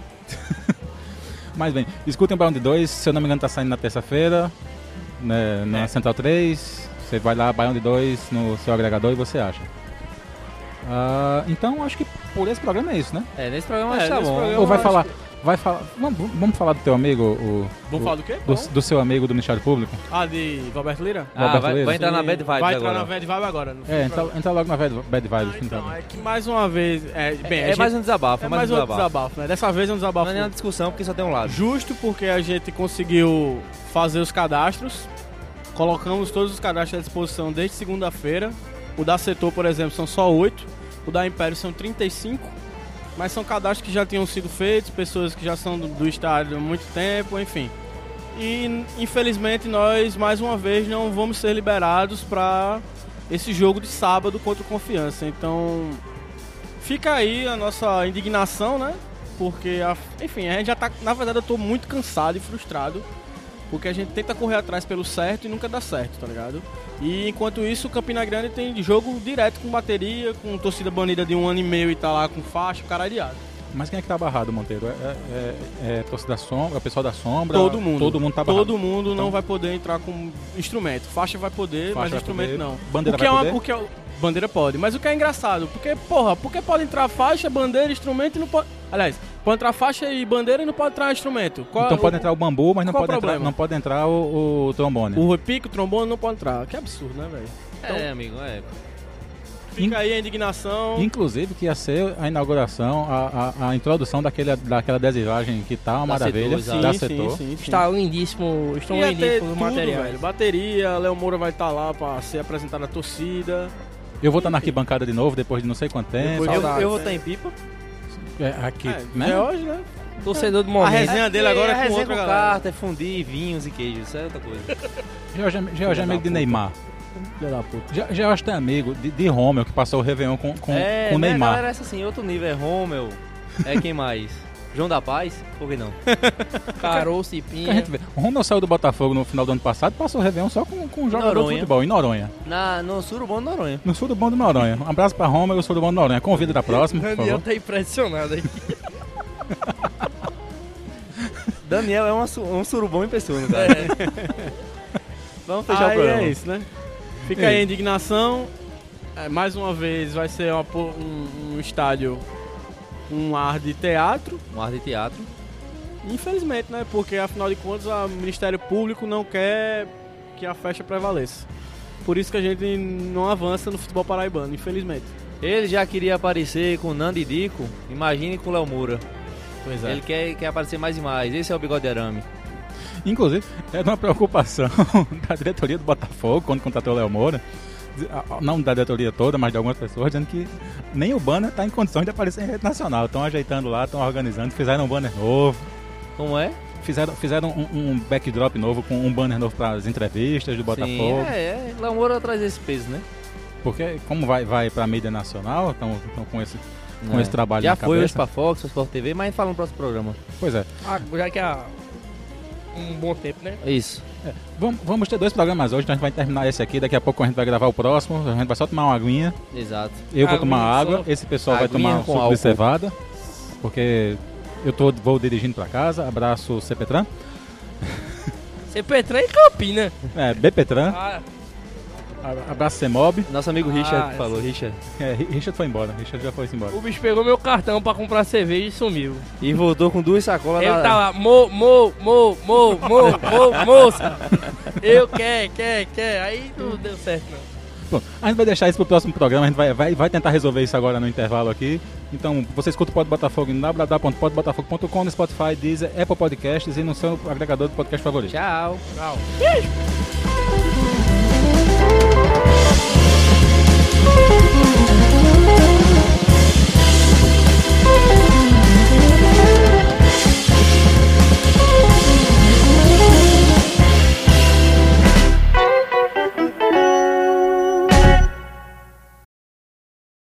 [SPEAKER 1] Mas bem, escutem o Brown de 2, se eu não me engano tá saindo na terça-feira, né,
[SPEAKER 2] É.
[SPEAKER 1] na Central 3, você vai lá, Baião de 2, no seu agregador e você acha. Ah, então acho que por esse programa é isso, né?
[SPEAKER 3] É, nesse programa
[SPEAKER 2] É,
[SPEAKER 3] acho que tá
[SPEAKER 2] nesse
[SPEAKER 3] bom.
[SPEAKER 2] programa-
[SPEAKER 1] Ou vai
[SPEAKER 2] acho
[SPEAKER 1] falar, vai falar, vamos, vamos falar do teu amigo, o,
[SPEAKER 2] Vamos
[SPEAKER 1] o-
[SPEAKER 2] falar do quê?
[SPEAKER 1] do, do seu amigo do Ministério Público?
[SPEAKER 2] Ah, de Roberto Lira?
[SPEAKER 3] Ah,
[SPEAKER 1] Roberto
[SPEAKER 3] vai,
[SPEAKER 1] Leite.
[SPEAKER 3] vai entrar na Bad Vibes
[SPEAKER 2] Vai entrar
[SPEAKER 3] agora.
[SPEAKER 2] na Bad Vibe agora. no fim
[SPEAKER 1] É,
[SPEAKER 2] do
[SPEAKER 1] entra,
[SPEAKER 2] programa.
[SPEAKER 1] entra logo na Bad, bad Vibes.
[SPEAKER 2] Ah,
[SPEAKER 1] fim do
[SPEAKER 2] então,
[SPEAKER 1] programa.
[SPEAKER 2] é que mais uma vez. É, bem,
[SPEAKER 3] É,
[SPEAKER 2] a
[SPEAKER 3] é
[SPEAKER 2] gente-
[SPEAKER 3] mais um desabafo,
[SPEAKER 2] é mais um desabafo. né? Dessa vez é um
[SPEAKER 3] Não
[SPEAKER 2] desabafo.
[SPEAKER 3] é nenhuma discussão, porque só tem um lado.
[SPEAKER 2] Justo porque a gente conseguiu fazer os cadastros. Colocamos todos os cadastros à disposição desde segunda-feira. O da setor, por exemplo, são só oito. O da Império são 35. Mas são cadastros que já tinham sido feitos, pessoas que já são do, do estádio há muito tempo, enfim. E infelizmente nós, mais uma vez, não vamos ser liberados para esse jogo de sábado contra o Confiança. Então fica aí a nossa indignação, né? Porque, a- enfim, a gente já tá. Na verdade, eu tô muito cansado e frustrado. Porque a gente tenta correr atrás pelo certo e nunca dá certo, tá ligado? E enquanto isso, o Campina Grande tem jogo direto com bateria, com torcida banida de um ano e meio e tá lá com faixa, caralhado.
[SPEAKER 1] Mas quem é que tá barrado, Monteiro? É, é, é, é torcida sombra, é o pessoal da sombra?
[SPEAKER 2] Todo mundo.
[SPEAKER 1] Todo mundo tá barrado.
[SPEAKER 2] Todo mundo não
[SPEAKER 1] Então-
[SPEAKER 2] vai poder entrar com instrumento. Faixa vai poder,
[SPEAKER 1] Faixa
[SPEAKER 2] mas
[SPEAKER 1] vai
[SPEAKER 2] instrumento
[SPEAKER 1] poder.
[SPEAKER 2] não.
[SPEAKER 1] Bandeira
[SPEAKER 2] o que
[SPEAKER 1] vai
[SPEAKER 2] é uma,
[SPEAKER 1] poder?
[SPEAKER 2] o que é- Bandeira pode, mas o que é engraçado, porque, porra, porque pode entrar faixa, bandeira, instrumento e não pode. Aliás, pode entrar faixa e bandeira e não pode entrar instrumento. Qual- é
[SPEAKER 1] Então
[SPEAKER 2] o-
[SPEAKER 1] pode entrar o bambu, mas não
[SPEAKER 2] qual é
[SPEAKER 1] pode
[SPEAKER 2] o
[SPEAKER 1] entrar,
[SPEAKER 2] problema?
[SPEAKER 1] não pode entrar o, o trombone.
[SPEAKER 2] O repique, o trombone não pode entrar. Que absurdo, né, velho?
[SPEAKER 4] Então,
[SPEAKER 3] É, amigo, é.
[SPEAKER 2] Fica aí a indignação.
[SPEAKER 1] Inclusive que ia ser a inauguração, a, a, a introdução daquele, daquela adesivagem que tá uma
[SPEAKER 3] Da
[SPEAKER 1] maravilha,
[SPEAKER 3] setor,
[SPEAKER 2] é,
[SPEAKER 1] da
[SPEAKER 3] exato.
[SPEAKER 1] setor.
[SPEAKER 4] Está lindíssimo, estão
[SPEAKER 2] Ia ter
[SPEAKER 4] lindíssimos
[SPEAKER 2] tudo,
[SPEAKER 4] os materiais.
[SPEAKER 2] velho. Bateria, Léo Moura vai estar lá pra ser apresentado à torcida.
[SPEAKER 1] Eu vou estar na arquibancada de novo, depois de não sei quanto tempo.
[SPEAKER 2] Depois-
[SPEAKER 3] Eu,
[SPEAKER 2] Saudades,
[SPEAKER 3] eu vou
[SPEAKER 2] né?
[SPEAKER 3] estar em pipa.
[SPEAKER 1] É, aqui,
[SPEAKER 2] É,
[SPEAKER 1] né?
[SPEAKER 2] é hoje, né?
[SPEAKER 4] Torcedor do
[SPEAKER 2] A
[SPEAKER 4] momento.
[SPEAKER 2] resenha dele agora
[SPEAKER 3] é
[SPEAKER 2] é com
[SPEAKER 3] resenha
[SPEAKER 2] outra
[SPEAKER 3] com
[SPEAKER 2] galera.
[SPEAKER 3] carta, é fundir, vinhos e queijos. Isso é outra coisa.
[SPEAKER 1] George é- George é amigo de Neymar. Ge- George tem amigo de, de Romeu, que passou o Réveillon com, com,
[SPEAKER 3] é,
[SPEAKER 1] com
[SPEAKER 3] né,
[SPEAKER 1] Neymar.
[SPEAKER 3] galera, essa assim, outro nível. É Romeu. É quem mais? João da Paz? Por que não?
[SPEAKER 4] Carol,
[SPEAKER 1] Que a
[SPEAKER 4] Cipinha.
[SPEAKER 1] gente vê. O Romeu saiu do Botafogo no final do ano passado e passou o Réveillon só com, com um jogador
[SPEAKER 3] Noronha.
[SPEAKER 1] de futebol, em Noronha.
[SPEAKER 3] Na, no Surubão do Noronha.
[SPEAKER 1] No sul do bom do Noronha. Um abraço pra Roma e o sul do bom do Noronha. Convida da próxima, por
[SPEAKER 4] Daniel
[SPEAKER 1] favor.
[SPEAKER 4] tá impressionado aqui.
[SPEAKER 3] Daniel é uma su- um surubão em pessoa, não tá? Vamos fechar o
[SPEAKER 2] Aí
[SPEAKER 3] programa.
[SPEAKER 2] é isso, né? Fica aí a indignação. É, mais uma vez vai ser uma po- um, um estádio um ar de teatro.
[SPEAKER 3] Um ar de teatro.
[SPEAKER 2] Infelizmente, né? Porque afinal de contas a- o Ministério Público não quer que a festa prevaleça. Por isso que a gente não avança no futebol paraibano, infelizmente.
[SPEAKER 3] Ele já queria aparecer com Nando e Dico. Imagine com Léo Moura.
[SPEAKER 2] Pois
[SPEAKER 3] Ele quer, quer aparecer mais e mais. Esse é o bigode de arame.
[SPEAKER 1] Inclusive, era uma preocupação da diretoria do Botafogo, quando contratou o Léo Moura. a- a- Não da diretoria toda, mas de algumas pessoas, dizendo que nem o banner está em condições de aparecer em rede nacional. Estão ajeitando lá, estão organizando, fizeram um banner novo,
[SPEAKER 3] Como é?
[SPEAKER 1] fizeram, fizeram um, um backdrop novo com um banner novo para as entrevistas do Botafogo.
[SPEAKER 3] Sim, é, é. Léo Moura traz esse peso, né?
[SPEAKER 1] Porque como vai, vai para a mídia nacional, estão com esse, com
[SPEAKER 3] É.
[SPEAKER 1] esse trabalho
[SPEAKER 3] Já
[SPEAKER 1] na
[SPEAKER 3] foi hoje
[SPEAKER 1] cabeça.
[SPEAKER 3] pra Fox, foi Sport TV, mas fala no próximo programa.
[SPEAKER 1] Pois é.
[SPEAKER 4] Ah, já que há um bom tempo, né?
[SPEAKER 3] Isso.
[SPEAKER 1] Vamos, vamos ter dois programas hoje, então a gente vai terminar esse aqui, daqui a pouco a gente vai gravar o próximo, a gente vai só tomar uma aguinha,
[SPEAKER 3] Exato.
[SPEAKER 1] eu vou
[SPEAKER 4] Aguinha
[SPEAKER 1] tomar água,
[SPEAKER 4] só.
[SPEAKER 1] esse pessoal vai
[SPEAKER 3] Aguinha
[SPEAKER 1] tomar um
[SPEAKER 3] com
[SPEAKER 1] suco
[SPEAKER 3] álcool.
[SPEAKER 1] de cevada, porque eu tô, vou dirigindo pra casa, abraço CPTran,
[SPEAKER 4] CP3 em Campina.
[SPEAKER 1] É, BPTran,
[SPEAKER 4] Ah,
[SPEAKER 1] abraço CEMOB.
[SPEAKER 7] Nosso amigo
[SPEAKER 4] Ah,
[SPEAKER 7] Richard
[SPEAKER 4] esse-
[SPEAKER 7] falou, Richard.
[SPEAKER 1] É, Ri- Richard foi embora, Richard já foi embora.
[SPEAKER 4] o bicho pegou meu cartão pra comprar cerveja e sumiu.
[SPEAKER 7] E voltou com duas sacolas
[SPEAKER 4] Eu
[SPEAKER 7] da-
[SPEAKER 3] tá
[SPEAKER 4] tava, mo, mo, mo, mo, mo, mo, moça. Eu quer, quer, quer. Aí não deu certo, não.
[SPEAKER 1] Bom, a gente vai deixar isso pro próximo programa, a gente vai, vai, vai tentar resolver isso agora no intervalo aqui. Então, você escuta o Pod Botafogo em www.podbotafogo.com, no Spotify, Deezer, Apple Podcasts e no seu agregador de podcast favorito.
[SPEAKER 3] Tchau.